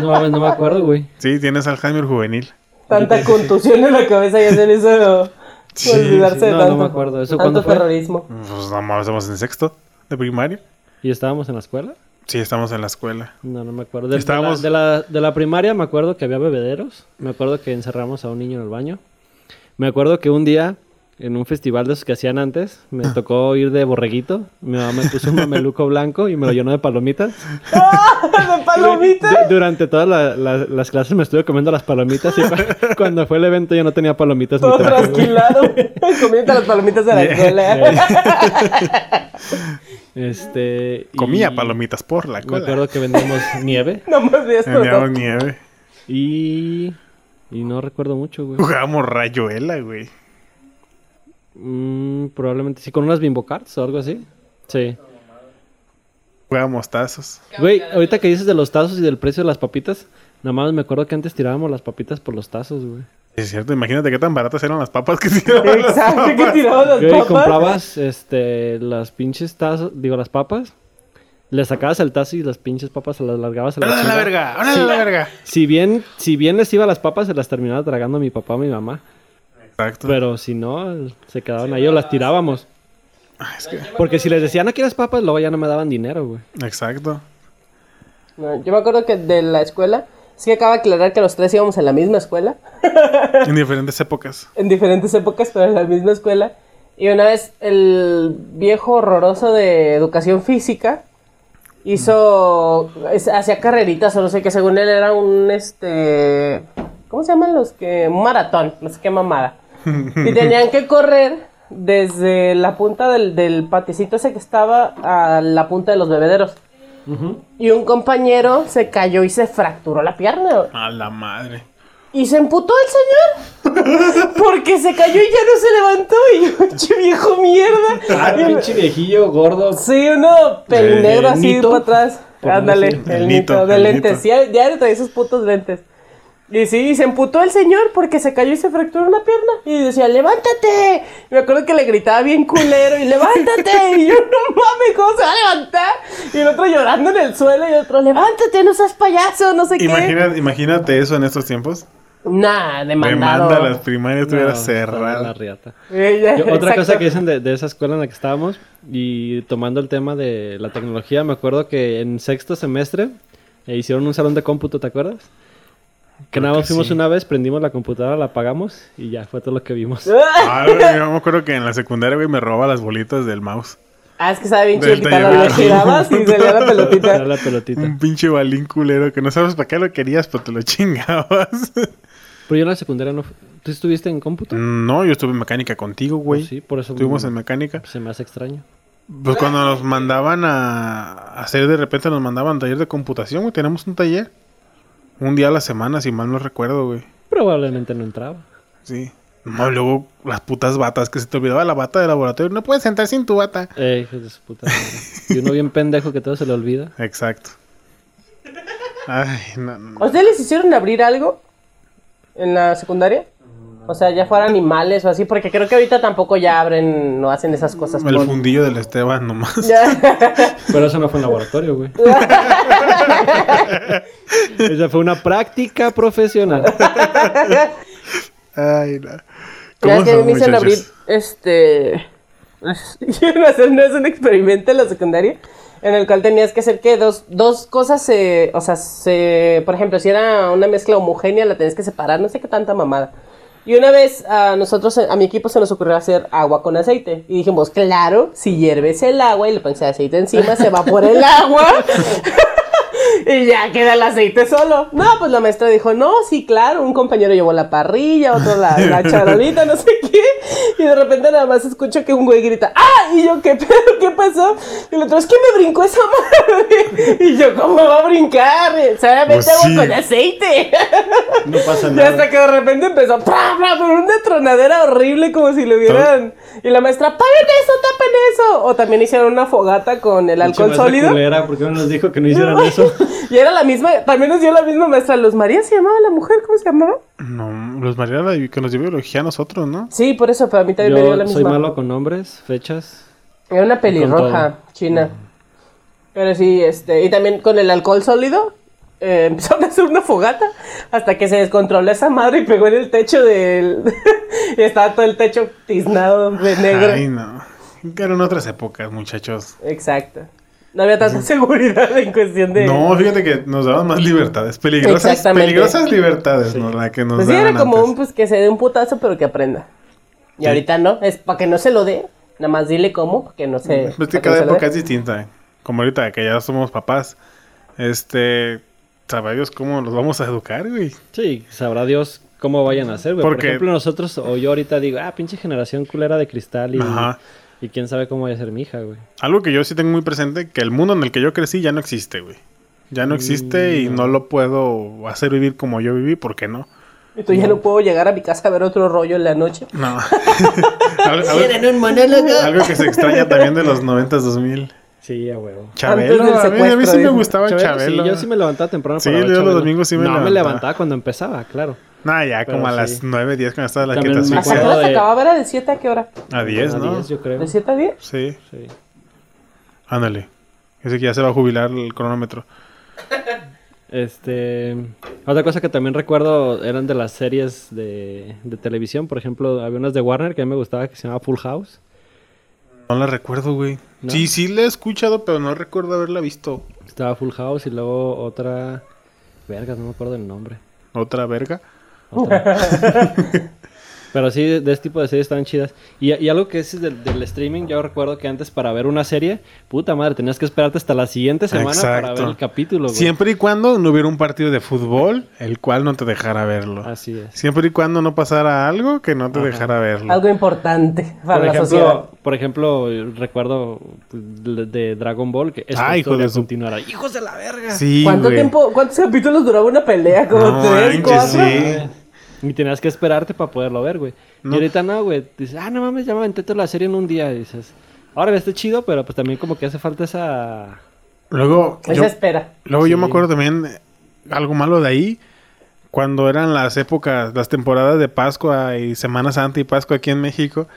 Speaker 1: No mames, no me acuerdo, güey.
Speaker 2: Sí, tienes Alzheimer juvenil.
Speaker 3: Tanta contusión en la cabeza ya se eso.
Speaker 2: Sí,
Speaker 3: olvidarse
Speaker 1: sí,
Speaker 3: de
Speaker 1: no, no
Speaker 3: tanto,
Speaker 1: me acuerdo. ¿Eso
Speaker 3: tanto
Speaker 1: cuándo fue?
Speaker 2: (laughs)
Speaker 3: terrorismo.
Speaker 2: Pues
Speaker 3: (laughs)
Speaker 2: no mames, estamos en sexto de primaria.
Speaker 1: ¿Y estábamos en la escuela?
Speaker 2: Sí, estamos en la escuela.
Speaker 1: No, no me acuerdo. De,
Speaker 2: Estábamos-
Speaker 1: de, la, de, la, de la primaria me acuerdo que había bebederos. Me acuerdo que encerramos a un niño en el baño. Me acuerdo que un día, en un festival de esos que hacían antes,
Speaker 2: (laughs)
Speaker 1: me tocó ir de borreguito. Mi mamá me puso un mameluco blanco y me lo llenó de palomitas.
Speaker 3: ¡De palomita!
Speaker 1: Du- durante todas la- la- las clases me estuve comiendo las palomitas y cu- cuando fue el evento yo no tenía palomitas. en mi
Speaker 3: Todo
Speaker 1: traje, güey.
Speaker 3: trasquilado. Comiendo las palomitas de la escuela.
Speaker 1: Este, y
Speaker 2: Comía palomitas por la
Speaker 1: Me
Speaker 2: cola.
Speaker 1: acuerdo que
Speaker 2: (laughs)
Speaker 1: vendíamos nieve
Speaker 3: (laughs) No más vi esto.
Speaker 2: Enviamos
Speaker 3: ¿no?
Speaker 2: nieve.
Speaker 1: y... Y no recuerdo mucho, güey.
Speaker 2: Jugábamos rayuela, güey.
Speaker 1: Mm, probablemente sí, con unas bimbo cards o algo así. Sí.
Speaker 2: Jugábamos tazos.
Speaker 1: Güey, ahorita que dices de los tazos y del precio de las papitas, nada más me acuerdo que antes tirábamos las papitas por los tazos, güey.
Speaker 2: Es cierto, imagínate qué tan baratas eran las papas que tiraban. las
Speaker 3: Exacto, que
Speaker 2: papas.
Speaker 3: tiraban las
Speaker 1: Yo ahí
Speaker 3: papas.
Speaker 1: comprabas este, las pinches tazas, digo, las papas. Le sacabas el tazo y las pinches papas se las largabas a Ah, la,
Speaker 2: ¡Órale a la
Speaker 1: chingada.
Speaker 2: verga! ¡Órale a la verga!
Speaker 1: Si bien, si bien les iba las papas, se las terminaba tragando mi papá o mi mamá.
Speaker 2: Exacto.
Speaker 1: Pero si Ah. no, se quedaban ahí o las tirábamos.
Speaker 2: Ah, es que-
Speaker 1: Porque si les decía, no quieres papas, luego ya no me daban dinero, güey.
Speaker 2: Exacto.
Speaker 3: No, yo me acuerdo que de la escuela, sí acaba de aclarar que los tres íbamos a la misma escuela,
Speaker 2: En diferentes épocas.
Speaker 3: en diferentes épocas, pero en la misma escuela. Y una vez el viejo horroroso de educación física hizo, es- hacía carreritas o no sé qué, según él era un, este, ¿cómo se llaman los que? Un maratón, no sé qué mamada. Y tenían que correr desde la punta del, del paticito ese que estaba a la punta de los bebederos. Y un compañero se cayó y se fracturó la pierna.
Speaker 2: A la madre.
Speaker 3: Y se emputó el señor. Porque se cayó y ya no se levantó. Y yo, che viejo mierda. Y-
Speaker 1: viejillo gordo.
Speaker 3: Sí, uno pelinegro
Speaker 1: El
Speaker 3: así
Speaker 1: nito.
Speaker 3: para atrás.
Speaker 1: Por no
Speaker 3: Ándale,
Speaker 1: decir-
Speaker 3: el,
Speaker 2: el
Speaker 3: nito,
Speaker 2: nito,
Speaker 3: de
Speaker 2: el
Speaker 3: lentes.
Speaker 2: nito.
Speaker 3: Sí, Ya, ya le traía esos putos lentes. Y sí, se emputó el señor porque se cayó y se fracturó una pierna. Y decía, levántate. Y me acuerdo que le gritaba bien culero y levántate. Y yo, no mames, ¿cómo se va a levantar? Y el otro llorando en el suelo y otro, levántate, no seas payaso, no sé qué.
Speaker 2: Imagina- imagínate eso en estos tiempos.
Speaker 3: Nah, demandado.
Speaker 2: Demanda a las primarias estuviera
Speaker 1: La
Speaker 2: cerrada.
Speaker 1: riata.
Speaker 3: Ella- (laughs)
Speaker 1: Yo- otra
Speaker 3: exacto.
Speaker 1: cosa que dicen de, de esa escuela en la que estábamos y tomando el tema de la tecnología, me acuerdo que en sexto semestre eh, hicieron un salón de cómputo, ¿te acuerdas? Que nada más fuimos una vez, prendimos la computadora, la apagamos y ya fue todo lo que
Speaker 3: (laughs)
Speaker 1: vimos.
Speaker 2: Ah, güey, yo me acuerdo que en la secundaria, güey, me roba las bolitas del mouse.
Speaker 3: Ah, es que estaba bien
Speaker 2: Del
Speaker 3: chiquita, la
Speaker 2: taller.
Speaker 3: girabas y salía la pelotita.
Speaker 1: Era (laughs) la pelotita.
Speaker 2: Un pinche balín culero que no sabes para qué lo querías, pero te lo (laughs) chingabas.
Speaker 1: Pero yo en la secundaria no... fu- ¿Tú estuviste en cómputo?
Speaker 2: no, yo estuve en mecánica contigo, Mm, güey.
Speaker 1: Pues Sí, por eso
Speaker 2: Estuvimos
Speaker 1: me-
Speaker 2: en mecánica.
Speaker 1: se me hace extraño.
Speaker 2: Pues cuando nos mandaban a hacer, de repente nos mandaban a taller de computación, güey. Tenemos un taller. Un día a la semana, si mal no recuerdo, güey.
Speaker 1: Probablemente no entraba.
Speaker 2: Sí. No, luego las putas batas, que se te olvidaba la bata de laboratorio. No puedes sentar sin tu bata.
Speaker 1: Eh, hijo de su puta
Speaker 2: (laughs)
Speaker 1: madre. Y uno bien pendejo que todo se le olvida.
Speaker 2: Exacto. Ay, no, no.
Speaker 3: ¿A ¿Ustedes les hicieron abrir algo en la secundaria? O sea, ya fueran animales o así, porque creo que ahorita tampoco ya abren, no hacen esas cosas.
Speaker 2: El
Speaker 3: con-
Speaker 2: fundillo del Esteban nomás.
Speaker 3: Ya.
Speaker 1: Pero eso no fue en laboratorio,
Speaker 3: (laughs)
Speaker 1: güey. Esa fue una práctica profesional.
Speaker 2: Ay, no.
Speaker 3: Ya
Speaker 2: ¿Cómo
Speaker 3: que
Speaker 2: son,
Speaker 3: me hicieron
Speaker 2: muchachos?
Speaker 3: abrir, este... (laughs) Hicieron hacer una vez un experimento en la secundaria en el cual tenías que hacer que dos, dos cosas se... O sea, se, por ejemplo, si era una mezcla homogénea la tenías que separar, no sé qué tanta mamada. Y una vez a nosotros, a mi equipo se nos ocurrió hacer agua con aceite. Y dijimos, claro, si hierves el agua y le pones aceite encima, se evapora el agua. (laughs) Y ya queda el aceite solo. No, pues la maestra dijo, no, sí, claro, un compañero llevó la parrilla, otro
Speaker 2: (laughs)
Speaker 3: la, la charolita, no sé qué. Y de repente nada más escucho que un güey grita, ¡ah! Y yo, ¿qué pedo? ¿Qué pasó? Y el otro, es que me brincó esa madre. (laughs) Y yo, ¿cómo va a brincar? Solamente
Speaker 2: Pues sí.
Speaker 3: hago con aceite.
Speaker 1: No pasa
Speaker 3: Y hasta
Speaker 1: nada.
Speaker 3: que de repente empezó, ¡pra, pra! Pero una tronadera horrible como si le hubieran... Y la maestra, ¡paren eso, tapen eso! O también hicieron una fogata con el alcohol sólido.
Speaker 1: porque no nos dijo que no hicieran eso.
Speaker 3: (laughs) Y era la misma, también nos dio la misma maestra. Luz María se llamaba la mujer, ¿cómo se llamaba?
Speaker 2: No, los Mariana que nos dio biología a nosotros, ¿no?
Speaker 3: Sí, por eso, pero a mí también me dio la
Speaker 1: Yo soy
Speaker 3: misma.
Speaker 1: malo con nombres, fechas.
Speaker 3: Era una pelirroja china. Pero sí, este, y también con el alcohol sólido. eh, (laughs) empezaron a hacer una fogata hasta que se descontroló esa madre y pegó en el techo del. (laughs) y estaba todo el techo tiznado de negro.
Speaker 2: Ay, no. Eran otras épocas, muchachos.
Speaker 3: Exacto. No había tanta seguridad en cuestión de.
Speaker 2: No, fíjate que nos daban más libertades. Peligrosas,
Speaker 3: Exactamente.
Speaker 2: peligrosas libertades, ¿no? La que nos
Speaker 3: Pues sí,
Speaker 2: daban
Speaker 3: era como
Speaker 2: antes.
Speaker 3: un pues que se dé un putazo, pero que aprenda. Y
Speaker 2: Sí.
Speaker 3: ahorita no, es para que no se lo dé. Nada más dile cómo, para que no se.
Speaker 2: Pues que
Speaker 3: para
Speaker 2: cada
Speaker 3: no se lo
Speaker 2: época es
Speaker 3: dé.
Speaker 2: distinta. ¿eh? Como ahorita que ya somos papás. Este. Sabe Dios cómo los vamos a educar, güey.
Speaker 1: Sí, sabrá Dios cómo vayan a hacer, güey. Por
Speaker 2: Porque-
Speaker 1: ejemplo, nosotros, o yo ahorita digo, ah, pinche generación culera de cristal y,
Speaker 2: Ajá.
Speaker 1: y quién sabe cómo vaya a ser mi hija, güey.
Speaker 2: Algo que yo sí tengo muy presente, que el mundo en el que yo crecí ya no existe, güey. Ya no existe
Speaker 3: Mm.
Speaker 2: y no lo puedo hacer vivir como yo viví, ¿por qué no?
Speaker 3: Entonces ya no puedo llegar a mi casa a ver otro rollo en la noche.
Speaker 2: (laughs) No. Al- algo, algo que se extraña también de los 90s, 2000.
Speaker 1: Sí, a huevo.
Speaker 2: Chabelo,
Speaker 3: del
Speaker 2: a mí- a mí,
Speaker 3: secuestro,
Speaker 2: sí me
Speaker 3: dijo.
Speaker 2: gustaba
Speaker 1: Chabelo, sí,
Speaker 2: Chabelo.
Speaker 1: yo sí me levantaba temprano.
Speaker 2: Sí,
Speaker 1: para ver
Speaker 2: yo los
Speaker 1: Chabelo.
Speaker 2: domingos sí me
Speaker 1: No, me
Speaker 2: levantaba.
Speaker 1: levantaba cuando empezaba, claro.
Speaker 2: Nah, ya
Speaker 1: Pero
Speaker 2: como a
Speaker 1: sí.
Speaker 2: las 9, 10 cuando estaba la
Speaker 1: También
Speaker 2: quieta
Speaker 1: me
Speaker 2: así.
Speaker 1: acuerdo.
Speaker 3: ¿Hasta qué hora se
Speaker 1: de-
Speaker 3: acababa? ¿Era de 7 a qué hora?
Speaker 2: A 10,
Speaker 1: A
Speaker 2: ¿no?
Speaker 1: 10, yo creo.
Speaker 3: ¿De 7 a 10?
Speaker 2: Sí,
Speaker 1: Sí.
Speaker 2: ándale. Ese que ya se va a jubilar el cronómetro.
Speaker 1: Este, otra cosa que también recuerdo eran de las series de, de televisión. Por ejemplo, había unas de Warner que a mí me gustaba que se llamaba Full House.
Speaker 2: No la recuerdo, güey.
Speaker 1: ¿No?
Speaker 2: Sí, sí la he escuchado, pero no recuerdo haberla visto.
Speaker 1: Estaba Full House y luego otra... Vergas, no me acuerdo el nombre.
Speaker 2: Otra verga. (laughs)
Speaker 1: Otra. Pero sí, de, de este tipo de series estaban chidas. Y, y algo que es del, del streaming, yo recuerdo que antes para ver una serie, puta madre, tenías que esperarte hasta la siguiente semana para
Speaker 2: Exacto.
Speaker 1: ver el capítulo, güey.
Speaker 2: Siempre y cuando no hubiera un partido de fútbol, el cual no te dejara verlo.
Speaker 1: Así es.
Speaker 2: Siempre y cuando no pasara algo que no te dejara verlo.
Speaker 3: Algo importante para
Speaker 1: por
Speaker 3: la sociedad.
Speaker 1: ejemplo, por ejemplo, eh, recuerdo pues, de de Dragon Ball que esta
Speaker 2: Ay, Ah, hijo
Speaker 1: historia
Speaker 2: de su-
Speaker 1: continuará. ¡Hijos de la verga!
Speaker 2: Sí,
Speaker 3: ¿Cuánto
Speaker 2: güey.
Speaker 3: tiempo, cuántos capítulos duraba una pelea? ¿Como
Speaker 2: No
Speaker 3: tres,
Speaker 2: manches,
Speaker 3: cuatro?
Speaker 2: sí.
Speaker 1: Y tenías que esperarte para poderlo ver, güey. Y
Speaker 2: No.
Speaker 1: ahorita no, güey. Dices, ah, no mames, ya me aventé toda la serie en un día. Y dices, ahora está chido, pero pues también como que hace falta esa...
Speaker 2: Luego,
Speaker 3: Esa
Speaker 2: yo,
Speaker 3: espera.
Speaker 2: luego yo me
Speaker 1: Sí.
Speaker 2: acuerdo también eh, algo malo de ahí. Cuando eran las épocas, las temporadas de Pascua y Semana Santa y Pascua aquí en México,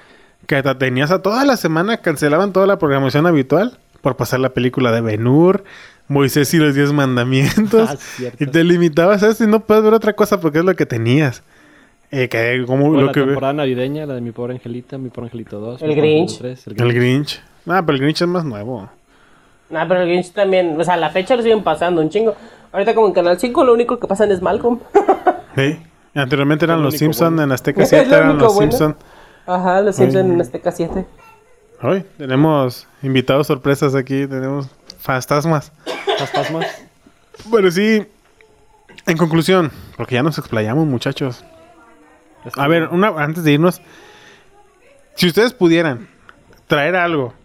Speaker 2: que hasta tenías a toda la semana, cancelaban toda la programación habitual por pasar la película de Benur, Moisés y los Diez Mandamientos.
Speaker 1: (laughs) Ah, cierto.
Speaker 2: y te limitabas a eso y no puedes ver otra cosa porque es lo que tenías. Eh, que como
Speaker 1: Bueno,
Speaker 2: lo que
Speaker 1: la temporada navideña, la de Mi Pobre Angelita, Mi Pobre Angelito 2.
Speaker 3: El
Speaker 1: Mi Pobre
Speaker 3: Grinch.
Speaker 1: Angelito 3, el
Speaker 2: El
Speaker 1: Grinch.
Speaker 2: Grinch. Ah, pero el Grinch es más nuevo.
Speaker 3: No, pero el Grinch también. O sea, la fecha lo siguen pasando un chingo. Ahorita, como en Canal 5, lo único que pasan es Malcolm. (laughs)
Speaker 2: Sí. Anteriormente
Speaker 1: Es
Speaker 2: eran
Speaker 1: lo
Speaker 2: los
Speaker 1: único
Speaker 2: Simpsons,
Speaker 1: bueno. (laughs)
Speaker 2: en Azteca
Speaker 3: Es
Speaker 2: 7
Speaker 3: lo
Speaker 2: eran
Speaker 3: único
Speaker 2: los
Speaker 3: bueno.
Speaker 2: Simpsons.
Speaker 3: Ajá, los Simpson en Azteca 7.
Speaker 2: Hoy tenemos invitados sorpresas aquí, tenemos fantasmas.
Speaker 1: Fantasmas.
Speaker 2: Bueno, sí, en conclusión, porque ya nos explayamos, muchachos. A ver, una, antes de irnos, si ustedes pudieran traer algo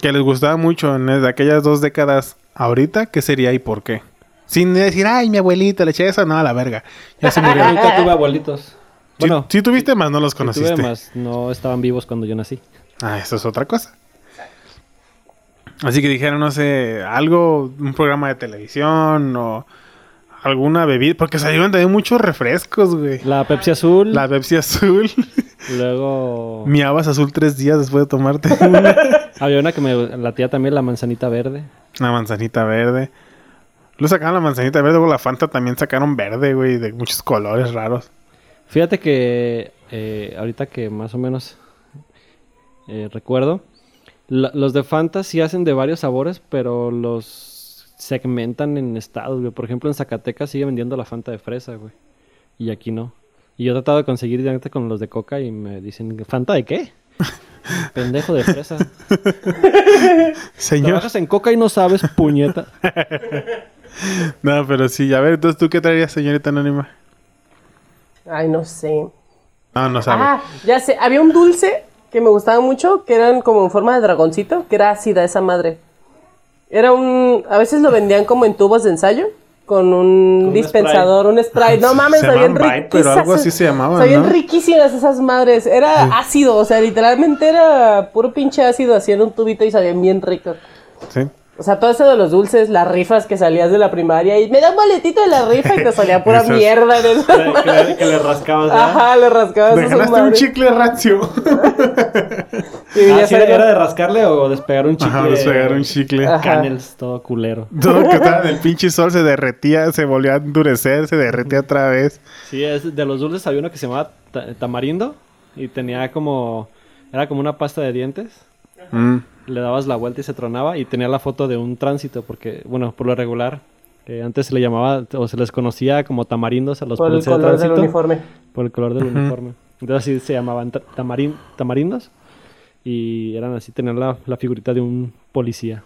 Speaker 2: que les gustaba mucho en es- aquellas dos décadas ahorita, ¿qué sería y por qué? Sin decir, ay, mi abuelita, le eché esa, no, a la verga. Ya se murió.
Speaker 1: Yo nunca tuve abuelitos.
Speaker 2: Si
Speaker 1: (laughs) Bueno,
Speaker 2: tuviste más, no los conociste.
Speaker 1: tuve más. No estaban vivos cuando yo nací.
Speaker 2: Ah, eso es otra cosa. Así que dijeron, no sé, algo, un programa de televisión o alguna bebida, porque salieron también muchos refrescos, güey.
Speaker 1: La Pepsi Azul.
Speaker 2: La Pepsi azul, (laughs)
Speaker 1: Luego...
Speaker 2: miabas azul tres días después de tomarte (laughs) una,
Speaker 1: Había una que me latía también, la manzanita verde.
Speaker 2: Una manzanita verde. Luego sacaron la manzanita verde, luego la Fanta también sacaron verde, güey, de muchos colores raros.
Speaker 1: Fíjate que eh, ahorita que más o menos eh, recuerdo, la- los de Fanta sí hacen de varios sabores, pero los segmentan en estados, güey. Por ejemplo, en Zacatecas sigue vendiendo la Fanta de fresa, güey. Y aquí no. Y yo he tratado de conseguir directamente con los de Coca y me dicen, ¿Fanta de qué? Pendejo de fresa.
Speaker 2: Señor.
Speaker 1: Trabajas en Coca y no sabes, (laughs) puñeta.
Speaker 2: No, pero sí, a ver, entonces tú qué traerías, señorita anónima.
Speaker 3: Ay, no sé.
Speaker 2: No, no sabe.
Speaker 3: Ah, ya sé. Había un dulce que me gustaba mucho, que eran como en forma de dragoncito, que era ácida esa madre. Era un... A veces lo vendían como en tubos de ensayo, con un
Speaker 1: Con un
Speaker 3: dispensador, un spray. No mames,
Speaker 2: Ah, Se
Speaker 3: sabían
Speaker 2: llamaban
Speaker 3: riquísimas.
Speaker 2: Bite, pero algo así se llamaban,
Speaker 3: Sabían
Speaker 2: ¿no?
Speaker 3: riquísimas esas madres. Era ácido, o sea, literalmente era puro pinche ácido, así en un tubito y sabían bien ricos.
Speaker 2: Sí.
Speaker 3: O sea, todo eso de los dulces, las rifas que salías de la primaria y me da un boletito de la rifa y te salía pura
Speaker 2: (laughs) Esas-
Speaker 3: mierda en eso.
Speaker 1: le, rascabas,
Speaker 3: Ajá, le rascabas
Speaker 2: Me
Speaker 3: a sus
Speaker 2: ganaste un
Speaker 3: Ah, madres.
Speaker 2: chicle
Speaker 3: (laughs)
Speaker 2: ratio.
Speaker 3: Y ya sabía-
Speaker 1: Ah, ¿Era de rascarle o despegar un chicle?
Speaker 2: Ajá, nos pegaron un chicle.
Speaker 3: Ajá.
Speaker 1: Canels, todo culero.
Speaker 2: Todo lo que estaba en el pinche sol se derretía, se volvió a endurecer, se derretía otra vez.
Speaker 1: Sí, es de los dulces había uno que se llamaba ta- tamarindo y tenía como era como una pasta de dientes.
Speaker 2: Mm.
Speaker 1: Le dabas la vuelta y se tronaba y tenía la foto de un tránsito porque bueno, por lo regular que antes se le llamaba o se les conocía como tamarindos a los
Speaker 3: por el
Speaker 1: policías de
Speaker 3: color del
Speaker 1: tránsito,
Speaker 3: uniforme.
Speaker 1: por el color del uniforme. Entonces así se llamaban ta- tamarin- tamarindos y eran así tenían la, la figurita de un policía.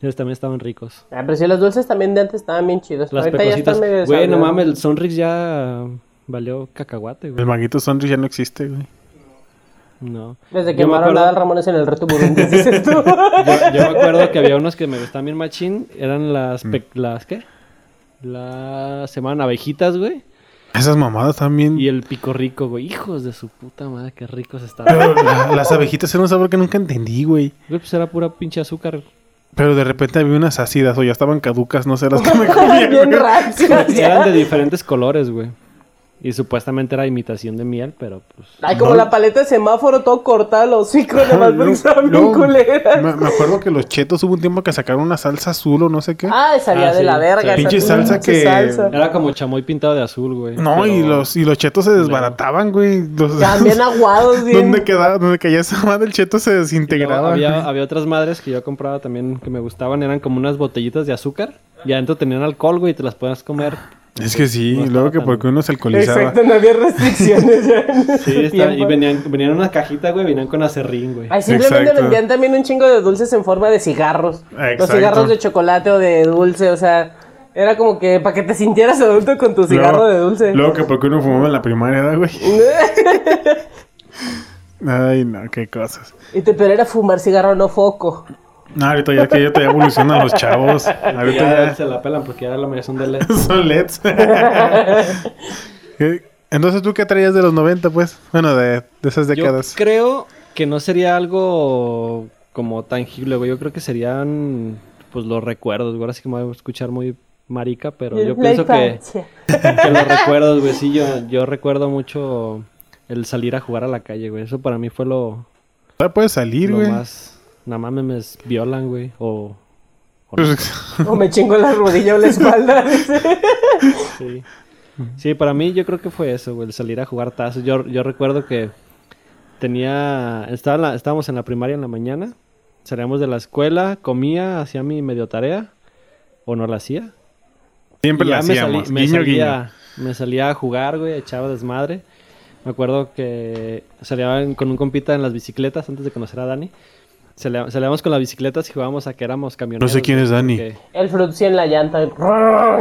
Speaker 1: Ellos también estaban ricos.
Speaker 3: Ah, pero sí, los dulces también de antes estaban bien chidos.
Speaker 1: Las
Speaker 3: Ahorita ya están
Speaker 1: pecositas.
Speaker 3: medio
Speaker 1: Güey, no
Speaker 3: desabridos.
Speaker 1: mames, el Sonrix ya valió cacahuate, güey.
Speaker 2: El maguito sonrisa ya no existe, güey.
Speaker 1: No.
Speaker 3: Desde que
Speaker 1: Yo me
Speaker 3: quemaron
Speaker 1: acuerdo-
Speaker 3: a Ramones en el
Speaker 1: (laughs)
Speaker 3: reto Burundi, dices tú. (laughs)
Speaker 1: Yo, yo me acuerdo que había unos que me gustaban bien
Speaker 2: Mm.
Speaker 1: machín. Eran las... pe- ¿Las qué? Las... Se llamaban abejitas, güey.
Speaker 2: Esas mamadas también.
Speaker 1: Y el pico rico, güey. Hijos de su puta madre, qué ricos
Speaker 3: (laughs)
Speaker 1: estaban.
Speaker 2: Pero la- las abejitas eran un sabor que nunca entendí, güey.
Speaker 1: Güey, pues era pura pinche
Speaker 3: (laughs)
Speaker 1: azúcar.
Speaker 2: Pero de repente había unas ácidas o ya estaban caducas, no sé las
Speaker 3: (laughs)
Speaker 2: que me comía.
Speaker 3: Bien
Speaker 2: güey.
Speaker 3: rancias,
Speaker 1: (laughs)
Speaker 3: ya.
Speaker 1: Eran de diferentes colores, güey. Y supuestamente era imitación de miel, pero pues.
Speaker 3: Ay, como la paleta de semáforo, todo cortado, los hocico, nada más porque estaban bien
Speaker 2: Luego,
Speaker 3: culeras.
Speaker 2: me, me acuerdo que los chetos hubo un tiempo que sacaron una salsa azul o no sé qué.
Speaker 3: Ay, sabía
Speaker 1: Ah,
Speaker 3: de
Speaker 1: sí,
Speaker 3: la verga.
Speaker 1: sí.
Speaker 3: esa
Speaker 2: Pinche salsa
Speaker 3: pinche
Speaker 2: que-
Speaker 3: salsa.
Speaker 1: Era como chamoy pintado de azul, güey.
Speaker 2: no, y
Speaker 1: pero-
Speaker 2: los, y los chetos se desbarataban, güey. Los- (laughs)
Speaker 3: También aguados, bien.
Speaker 2: donde quedaba, donde caía esa madre, el cheto se
Speaker 1: Luego (laughs)
Speaker 2: desintegraba.
Speaker 1: había,
Speaker 2: güey.
Speaker 1: había otras madres que yo compraba también que me gustaban, eran como unas botellitas de azúcar y adentro tenían alcohol, güey, y te las podías comer.
Speaker 2: Es que sí,
Speaker 1: No
Speaker 2: luego
Speaker 1: estaba
Speaker 2: que
Speaker 1: tan-
Speaker 2: porque uno se alcoholizaba.
Speaker 3: Exacto, no había restricciones. ya.
Speaker 1: (laughs) Sí, está- y venían, venían en una cajita, güey, venían con acerrín, güey.
Speaker 3: Ay, simplemente
Speaker 2: Exacto.
Speaker 3: vendían también un chingo de dulces en forma de cigarros. Los
Speaker 2: Exacto.
Speaker 3: cigarros de chocolate o de dulce, o sea, era como que para que te sintieras adulto con tu cigarro
Speaker 2: Luego-
Speaker 3: de dulce.
Speaker 2: Luego que porque uno fumaba en la primaria, ¿verdad,
Speaker 3: (laughs)
Speaker 2: güey. Ay, no, qué cosas.
Speaker 3: Y te pero era fumar cigarro, no foco.
Speaker 2: No, ahorita ya que ya te evolucionan los chavos. Ahorita
Speaker 1: Ya
Speaker 2: ya
Speaker 1: se la pelan porque ahora la mayoría son de LED.
Speaker 2: (laughs) son
Speaker 3: (laughs)
Speaker 2: LEDs. ¿Qué? Entonces, ¿tú qué traías de los 90, pues? Bueno, de, de
Speaker 1: (laughs)
Speaker 2: esas
Speaker 1: Yo
Speaker 2: décadas.
Speaker 1: creo que no sería algo como tangible, güey. Yo creo que serían, pues, los recuerdos, güey. Ahora sí que me voy a escuchar muy marica, pero yo pienso que, (laughs) que los recuerdos, güey. Sí, yo, yo recuerdo mucho el salir a jugar a la calle, güey. Eso para mí fue lo,
Speaker 2: Ahora Ah, puedes salir,
Speaker 1: lo
Speaker 2: güey.
Speaker 1: más... Nada más me mes- violan, güey. O... o no.
Speaker 2: Pues, (laughs)
Speaker 3: O me chingo la rodilla o la espalda. (laughs) dice.
Speaker 1: Sí. Sí, para mí yo creo que fue eso, güey, el salir a jugar tazos. Yo, yo recuerdo que tenía, estaba en la- estábamos en la primaria en la mañana, salíamos de la escuela, comía, hacía mi medio tarea, o no la hacía.
Speaker 2: siempre
Speaker 1: Y ya
Speaker 2: la
Speaker 1: me salí-
Speaker 2: hacíamos.
Speaker 1: me
Speaker 2: guiño, guiño.
Speaker 1: salía, me salía a jugar, güey, echaba desmadre. Me acuerdo que salía en- con un compita en las bicicletas antes de conocer a Dani. Salía- Salíamos con las bicicletas y jugábamos a que éramos camioneros.
Speaker 2: quién
Speaker 1: güey,
Speaker 2: es Dani.
Speaker 1: porque-
Speaker 3: El frutzi en la llanta.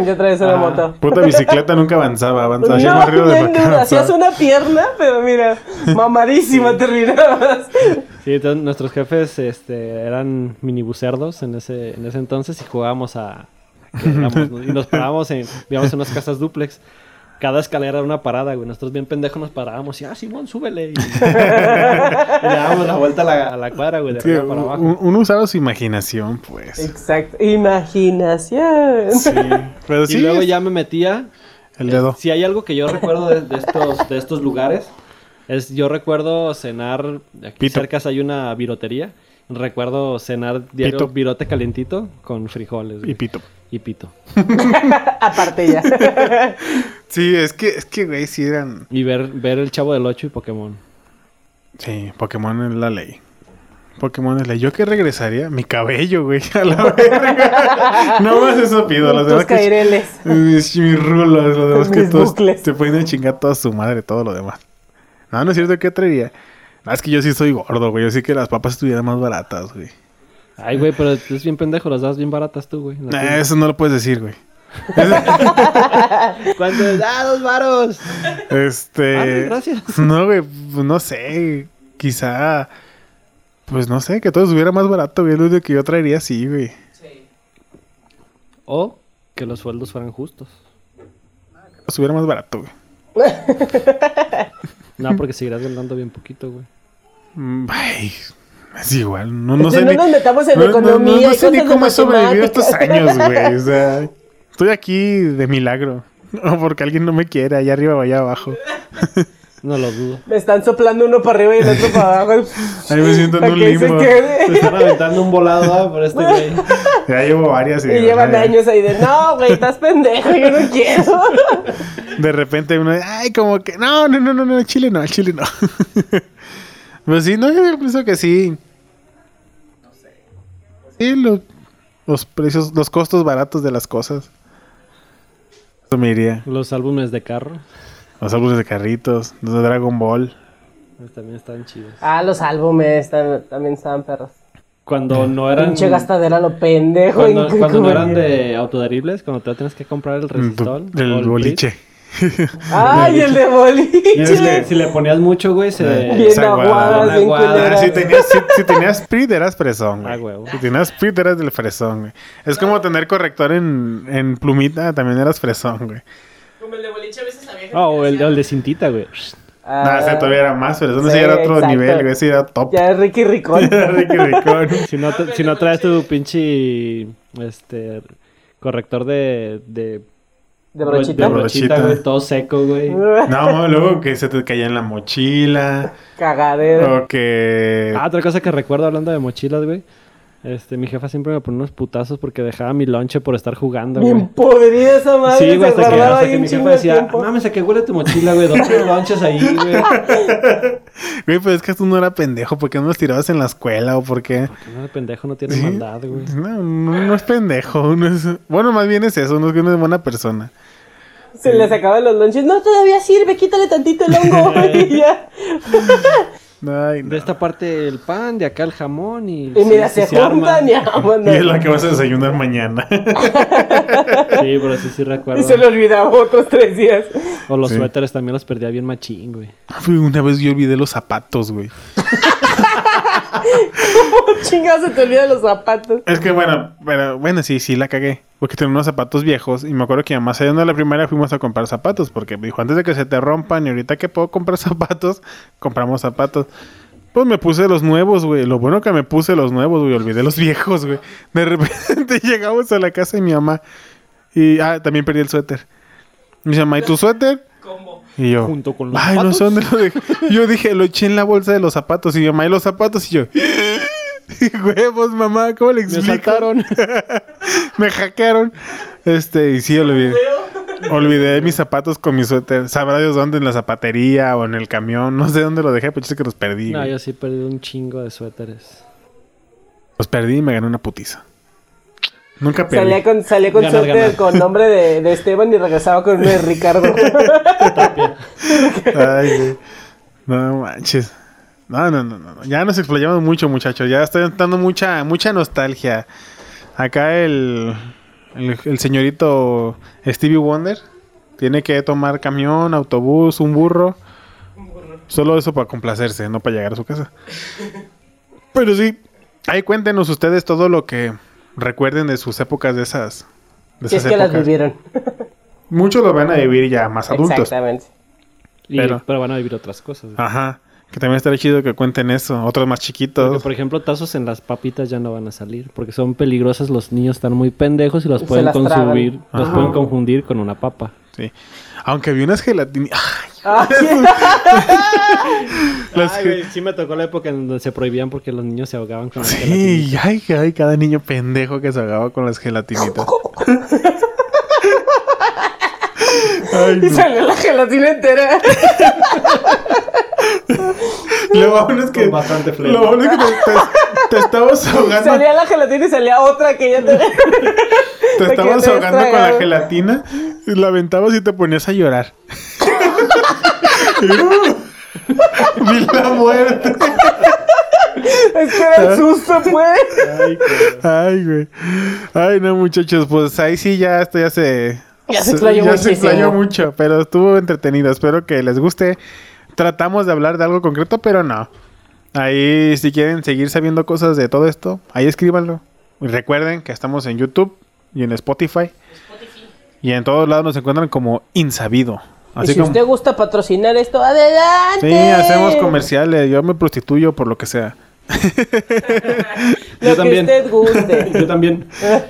Speaker 3: Yo traes una
Speaker 1: Ah,
Speaker 3: moto.
Speaker 2: Puta bicicleta nunca avanzaba, avanzaba. hacía más ruido
Speaker 3: No,
Speaker 2: de lo
Speaker 3: bien
Speaker 2: que
Speaker 3: duro. Hacías
Speaker 2: avanzaba.
Speaker 3: una pierna,
Speaker 2: (laughs)
Speaker 3: pero mira, mamadísima terminabas.
Speaker 1: Sí, entonces nuestros jefes este, eran minibucerdos en ese, en ese entonces y jugábamos a...
Speaker 2: (laughs)
Speaker 1: que éramos, ¿no? y nos parábamos en, vivíamos en unas casas duplex. Cada escalera era una parada, güey. Nosotros bien pendejos nos parábamos y, ah, Simón, súbele. Y, (laughs) y le dábamos la vuelta a la, a la cuadra, güey, de
Speaker 2: Sí,
Speaker 1: arriba para abajo.
Speaker 2: un- uno usaba su imaginación, pues.
Speaker 3: Exacto. Imaginación.
Speaker 2: Sí. Pero
Speaker 1: y
Speaker 2: Pues sí,
Speaker 1: luego ya me metía
Speaker 2: el dedo.
Speaker 1: Si hay algo que yo recuerdo de, de estos, de estos lugares, es yo recuerdo cenar, aquí
Speaker 2: Pito.
Speaker 1: cerca hay una virotería, recuerdo cenar diario
Speaker 2: Pito.
Speaker 1: virote calentito con frijoles güey,
Speaker 2: Y pito.
Speaker 1: y, pito.
Speaker 3: Aparte ya.
Speaker 2: Sí, es que, es que, güey, sí eran.
Speaker 1: Y ver, ver el Chavo del 8 y Pokémon.
Speaker 2: Sí, Pokémon es la ley. Pokémon es ley. ¿Yo qué regresaría? Mi cabello, güey, a la (laughs) verga. no más eso pido. Los
Speaker 3: Tus
Speaker 2: demás que.
Speaker 3: caireles.
Speaker 2: Mis, mis rulos, los demás que
Speaker 3: Mis
Speaker 2: todos
Speaker 3: bucles.
Speaker 2: te pueden chingar toda su madre, todo lo demás. No, no es cierto, ¿qué traería? Ah, es que yo sí soy gordo, güey. Yo sí que las papas estuvieran más baratas, güey.
Speaker 1: Ay, güey, pero tú eres bien pendejo, las das bien baratas tú, güey. en la
Speaker 2: Nah,
Speaker 1: tienda.
Speaker 2: eso no lo puedes decir, güey.
Speaker 1: ¿Cuánto es? ¡Ah, dos varos! Ah,
Speaker 2: Este.
Speaker 1: gracias.
Speaker 2: (laughs) No, güey, pues, no sé. Quizá. Pues no sé, que todo estuviera más barato, güey. es Lo único que yo traería, sí, güey.
Speaker 1: O que los sueldos fueran justos.
Speaker 2: Estuviera más barato, güey.
Speaker 1: No, porque seguirás ganando bien poquito, güey.
Speaker 2: Mm, Ay, es igual. No, no sé.
Speaker 3: no
Speaker 2: ni-
Speaker 3: nos metamos en economía
Speaker 2: no
Speaker 3: y
Speaker 2: sé ni
Speaker 3: cosas de
Speaker 2: cómo he sobrevivido estos
Speaker 3: matemáticas.
Speaker 2: años, güey. O sea, estoy aquí de milagro. (laughs) O porque alguien no me quiere, allá arriba o allá abajo.
Speaker 1: No lo dudo.
Speaker 3: (laughs) Me están soplando uno para arriba y el otro para abajo.
Speaker 2: Ahí me siento en
Speaker 3: Para
Speaker 2: un
Speaker 3: que se
Speaker 2: limbo.
Speaker 1: Te
Speaker 3: quede.
Speaker 1: están aventando un volado, ¿ah? Por este güey.
Speaker 2: Ya llevo varias
Speaker 3: Y
Speaker 2: digo,
Speaker 3: llevan
Speaker 2: ya.
Speaker 3: años ahí de, no, güey, estás pendejo, yo no
Speaker 2: (laughs)
Speaker 3: quiero.
Speaker 2: De repente uno, ay, como que, no, no, no, no, no, Chile no, Chile no. (laughs) Pero sí, no, yo pienso que sí. Sí, lo- los precios, los costos baratos de las cosas. Eso me iría.
Speaker 1: Los álbumes de carro
Speaker 2: Los álbumes de carritos, los de Dragon Ball.
Speaker 1: eh, también están chidos.
Speaker 3: Ah, los álbumes tam- también estaban perros.
Speaker 1: Cuando Ah, no eran.
Speaker 3: Pinche gastadera lo pendejo.
Speaker 1: Cuando,
Speaker 3: ¿en qué
Speaker 1: cuando no
Speaker 3: comer?
Speaker 1: eran de autoderibles, cuando te tienes que comprar el resistol.
Speaker 2: Mm, Del
Speaker 1: o el
Speaker 2: boliche.
Speaker 3: Ay, el de
Speaker 1: Blitz. Y es
Speaker 3: (laughs)
Speaker 1: que
Speaker 3: boliche.
Speaker 1: si le ponías mucho, güey, se.
Speaker 2: Sí.
Speaker 3: Bien
Speaker 2: esa guada,
Speaker 3: aguadas,
Speaker 1: una
Speaker 3: bien
Speaker 1: guada.
Speaker 2: Ah,
Speaker 3: culeras.
Speaker 2: si tenías, si, si tenías Sprit eras fresón, güey.
Speaker 1: Ah, huevo.
Speaker 2: Si tenías Sprit eras del fresón, güey. Es como tener corrector en, en plumita, también eras fresón, güey.
Speaker 3: Como el de boliche a veces había
Speaker 1: Ah, o el, o el de cintita, güey.
Speaker 2: No,
Speaker 3: Ah,
Speaker 2: ese todavía era más, pero ese
Speaker 3: sí,
Speaker 2: ya era otro
Speaker 3: exacto.
Speaker 2: nivel, güey. Ese era top. (laughs)
Speaker 3: Ya es Ricky Ricón.
Speaker 2: Ricky Ricón.
Speaker 1: Si no, te- si no traes tu pinche este corrector de, de, de
Speaker 3: De brochita. Eh.
Speaker 1: brochita,
Speaker 2: Brochita.
Speaker 1: güey, todo seco, güey.
Speaker 2: No, luego que se te caía en la mochila.
Speaker 3: (laughs) Cagadero.
Speaker 2: O que.
Speaker 1: Ah, otra cosa que recuerdo hablando de mochilas, güey. Este, mi jefa siempre me ponía unos putazos porque dejaba mi lonche por estar jugando, güey.
Speaker 3: Bien podrida esa madre.
Speaker 1: Sí, güey,
Speaker 3: se
Speaker 1: hasta que,
Speaker 3: guardaba
Speaker 1: hasta
Speaker 3: ahí
Speaker 1: que
Speaker 3: un
Speaker 1: mi
Speaker 3: chingo
Speaker 1: jefa
Speaker 3: de
Speaker 1: decía,
Speaker 3: tiempo.
Speaker 1: mames, a que huele tu mochila, güey, dos lonches ahí,
Speaker 3: (laughs)
Speaker 1: güey.
Speaker 2: Güey, pues es que tú no era pendejo. ¿Por qué no los tirabas en la escuela? ¿O por qué?
Speaker 1: No, pendejo, no tiene
Speaker 2: ¿Sí?
Speaker 1: maldad, güey.
Speaker 2: No, no, no es pendejo. uno es- Bueno, más bien es eso. No es que uno es buena persona.
Speaker 3: Se le sacaban los lonches. No, todavía sirve, quítale tantito
Speaker 2: (laughs)
Speaker 3: el hongo. (laughs) y ya.
Speaker 2: Ay, no.
Speaker 1: De esta parte el pan, de acá el jamón y...
Speaker 3: Y mira,
Speaker 1: sí,
Speaker 3: se,
Speaker 1: sí
Speaker 3: juntan
Speaker 1: arma.
Speaker 3: y ah, vámonos.
Speaker 2: Y es la que vas a desayunar mañana.
Speaker 1: Sí, pero sí, sí recuerdo.
Speaker 3: Y se le olvidaba otros tres días. (laughs)
Speaker 1: O los
Speaker 2: Sí.
Speaker 1: suéteres también los perdía bien machín, güey.
Speaker 2: Güey, (laughs) Una vez yo olvidé los zapatos, güey.
Speaker 3: Chingados, se te olvidan los zapatos.
Speaker 2: Es que bueno, pero bueno, sí, sí la cagué. Porque tenía unos zapatos viejos y me acuerdo que además allá de la primaria fuimos a comprar zapatos porque me dijo antes de que se te rompan y ahorita que puedo comprar (laughs) zapatos, compramos zapatos. Pues me puse los nuevos, güey. Lo bueno que me puse los nuevos, güey. Olvidé los (laughs) viejos, güey. De repente (laughs) llegamos a la casa de mi mamá y ah, también perdí el suéter. Mi mamá, ¿y tu suéter? Y yo,
Speaker 1: Junto con los
Speaker 2: ay, no sé dónde lo dejé. Yo dije, lo eché en la bolsa de los zapatos. Y mi mamá, ¿y los zapatos? Y yo, (laughs) huevos, mamá, ¿cómo le
Speaker 1: Me
Speaker 2: explico?
Speaker 1: saltaron.
Speaker 2: Me hackearon. Este, y sí, olvidé. Olvidé mis zapatos con mi suéter. Sabrá Dios dónde, en la zapatería o en el camión. No sé dónde los dejé, pero yo sé que los perdí.
Speaker 1: No,
Speaker 2: güey.
Speaker 1: yo sí perdí un chingo de suéteres.
Speaker 2: Los perdí y me gané una putiza. Nunca perdí.
Speaker 3: Salía con, salía con
Speaker 1: Ganar,
Speaker 3: suerte
Speaker 1: ganar.
Speaker 3: con nombre de, de Esteban y regresaba con uno
Speaker 2: (laughs)
Speaker 3: de Ricardo.
Speaker 2: Ay, güey. No manches. No, no, no, no. no. Ya nos explayamos mucho, muchachos. Ya está dando mucha, mucha nostalgia. Acá el, el, el señorito Stevie Wonder tiene que tomar camión, autobús, un burro. Solo eso para complacerse, no para llegar a su casa. Pero sí, ahí cuéntenos ustedes todo lo que recuerden de sus épocas de esas. De
Speaker 3: si es
Speaker 2: esas
Speaker 3: que las
Speaker 2: épocas.
Speaker 3: vivieron.
Speaker 2: Muchos lo van a vivir ya más adultos.
Speaker 3: Exactamente.
Speaker 1: Y-
Speaker 2: Pero-
Speaker 1: pero... Ah, van a vivir otras cosas. güey.
Speaker 2: Ajá. Que también estaría chido que cuenten eso. Otros más
Speaker 1: Porque,
Speaker 2: chiquitos.
Speaker 1: por ejemplo, tazos en las papitas ya no van a salir. Porque son peligrosas, los niños están muy pendejos y los
Speaker 3: Se
Speaker 1: pueden
Speaker 3: las tragan.
Speaker 1: consumir, los
Speaker 2: Ajá.
Speaker 1: pueden confundir con una papa.
Speaker 2: Sí. Aunque vi unas gelatinitas. (laughs)
Speaker 3: Ah, sí.
Speaker 2: Las
Speaker 1: Ay,
Speaker 2: ge-
Speaker 1: güey, sí me tocó la época en donde se prohibían porque los niños se ahogaban con la gelatina.
Speaker 2: Sí, ay, ay, cada niño pendejo que se ahogaba con las gelatinitas. (laughs) ay,
Speaker 3: Y
Speaker 1: (laughs)
Speaker 2: no.
Speaker 3: salió la
Speaker 2: (laughs)
Speaker 3: gelatina entera.
Speaker 2: Lo bueno es que.
Speaker 1: Con bastante fleco.
Speaker 2: Lo bueno es que te, te-
Speaker 1: (laughs)
Speaker 2: te estabas ahogando.
Speaker 3: salía la gelatina y salía otra que ya te... (laughs)
Speaker 2: Te
Speaker 3: de que
Speaker 2: estabas
Speaker 3: te
Speaker 2: ahogando con la
Speaker 3: tragabas.
Speaker 2: gelatina. y La aventabas y te ponías a
Speaker 1: (laughs)
Speaker 2: llorar. (laughs) uh, Vi la muerte.
Speaker 3: Es que
Speaker 2: (laughs)
Speaker 3: era el susto, pues.
Speaker 1: Ay, qué-
Speaker 2: Ay, güey. Ay, no, muchachos, pues ahí sí ya esto ya se...
Speaker 3: Ya se explayó
Speaker 2: ya se
Speaker 3: muchísimo.
Speaker 2: explayó mucho, pero estuvo entretenido. Espero que les guste. Tratamos de hablar de algo concreto, pero no. Ahí, si quieren seguir sabiendo cosas de todo esto, ahí escríbanlo. Y recuerden que estamos en YouTube y en Spotify. Y en todos lados nos encuentran como Insabido.
Speaker 3: y
Speaker 2: Así
Speaker 3: si
Speaker 2: como...
Speaker 3: usted gusta patrocinar esto, adelante.
Speaker 2: Sí, hacemos comerciales. Yo me prostituyo por lo que sea.
Speaker 3: Lo
Speaker 1: Yo
Speaker 3: que
Speaker 1: también.
Speaker 3: usted guste.
Speaker 1: (laughs) Yo también.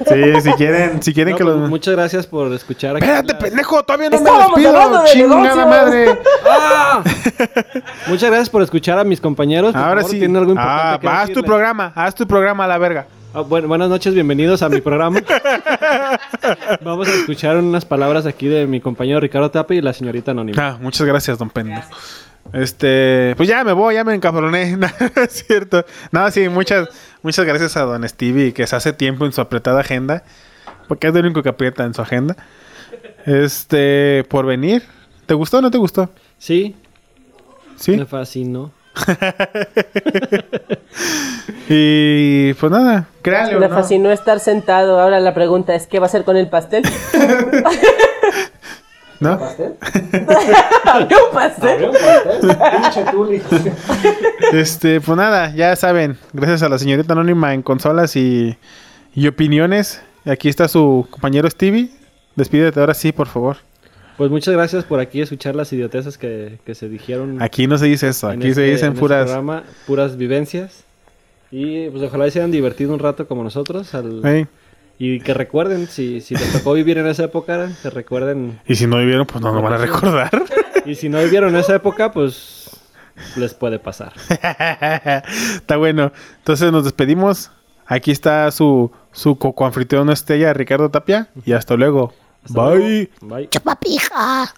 Speaker 2: Sí, si quieren, si quieren
Speaker 1: No,
Speaker 2: que
Speaker 1: pues,
Speaker 2: los...
Speaker 1: Muchas gracias por escuchar. aquí
Speaker 2: Espérate,
Speaker 1: la-
Speaker 2: pendejo, todavía no
Speaker 3: Estábamos
Speaker 2: me
Speaker 3: hablando
Speaker 2: despido.
Speaker 3: de
Speaker 2: Chingada
Speaker 3: negocios. (laughs)
Speaker 2: madre.
Speaker 1: ¡Ah! Muchas gracias por escuchar a mis compañeros. Por
Speaker 2: Ahora
Speaker 1: favor,
Speaker 2: sí.
Speaker 1: ¿tienen algo importante
Speaker 2: Ah,
Speaker 1: que
Speaker 2: haz
Speaker 1: decirles?
Speaker 2: tu programa, haz tu programa a la verga.
Speaker 1: Ah, bueno, buenas noches, bienvenidos a mi
Speaker 2: (laughs)
Speaker 1: programa. Vamos a escuchar unas palabras aquí de mi compañero Ricardo Tape y la señorita Anónima.
Speaker 2: Ah, muchas gracias, don pendejo. Este, pues ya me voy, ya me encabroné, (laughs) No, es cierto. No, sí, muchas, muchas gracias a don Stevie que se hace tiempo en su apretada agenda, porque es el único que aprieta en su agenda. Este, por venir. ¿Te gustó o no te gustó?
Speaker 1: Sí,
Speaker 2: Sí.
Speaker 1: me fascinó.
Speaker 2: Y pues nada, créanle o
Speaker 3: Me
Speaker 2: no.
Speaker 3: fascinó estar sentado. Ahora la pregunta es, ¿qué va a hacer con el pastel? (laughs)
Speaker 2: ¿No?
Speaker 3: ¿Abrió un
Speaker 2: ¿Eh?
Speaker 3: pastel?
Speaker 2: Este, pues nada, ya saben, gracias a la señorita anónima en consolas y, y opiniones. Aquí está su compañero Stevie. Despídete ahora sí, por favor.
Speaker 1: Pues muchas gracias por aquí escuchar las idioteces que, que se dijeron.
Speaker 2: Aquí no se dice eso,
Speaker 1: en
Speaker 2: aquí se
Speaker 1: este- en
Speaker 2: dicen
Speaker 1: este
Speaker 2: puras.
Speaker 1: programa, puras vivencias. Y pues ojalá y se hayan divertido un rato como nosotros. al-
Speaker 2: Ey,
Speaker 1: Y que recuerden, si, si les tocó vivir en esa época, que recuerden.
Speaker 2: Y si no vivieron, pues no nos van a recordar. (laughs)
Speaker 1: Y si no vivieron en esa época, pues les puede pasar.
Speaker 2: Está bueno. Entonces nos despedimos. Aquí está su, su cocoanfitrión estrella, Ricardo Tapia. Y hasta luego.
Speaker 1: Hasta
Speaker 2: Bye.
Speaker 1: luego. Bye.
Speaker 4: chupapija.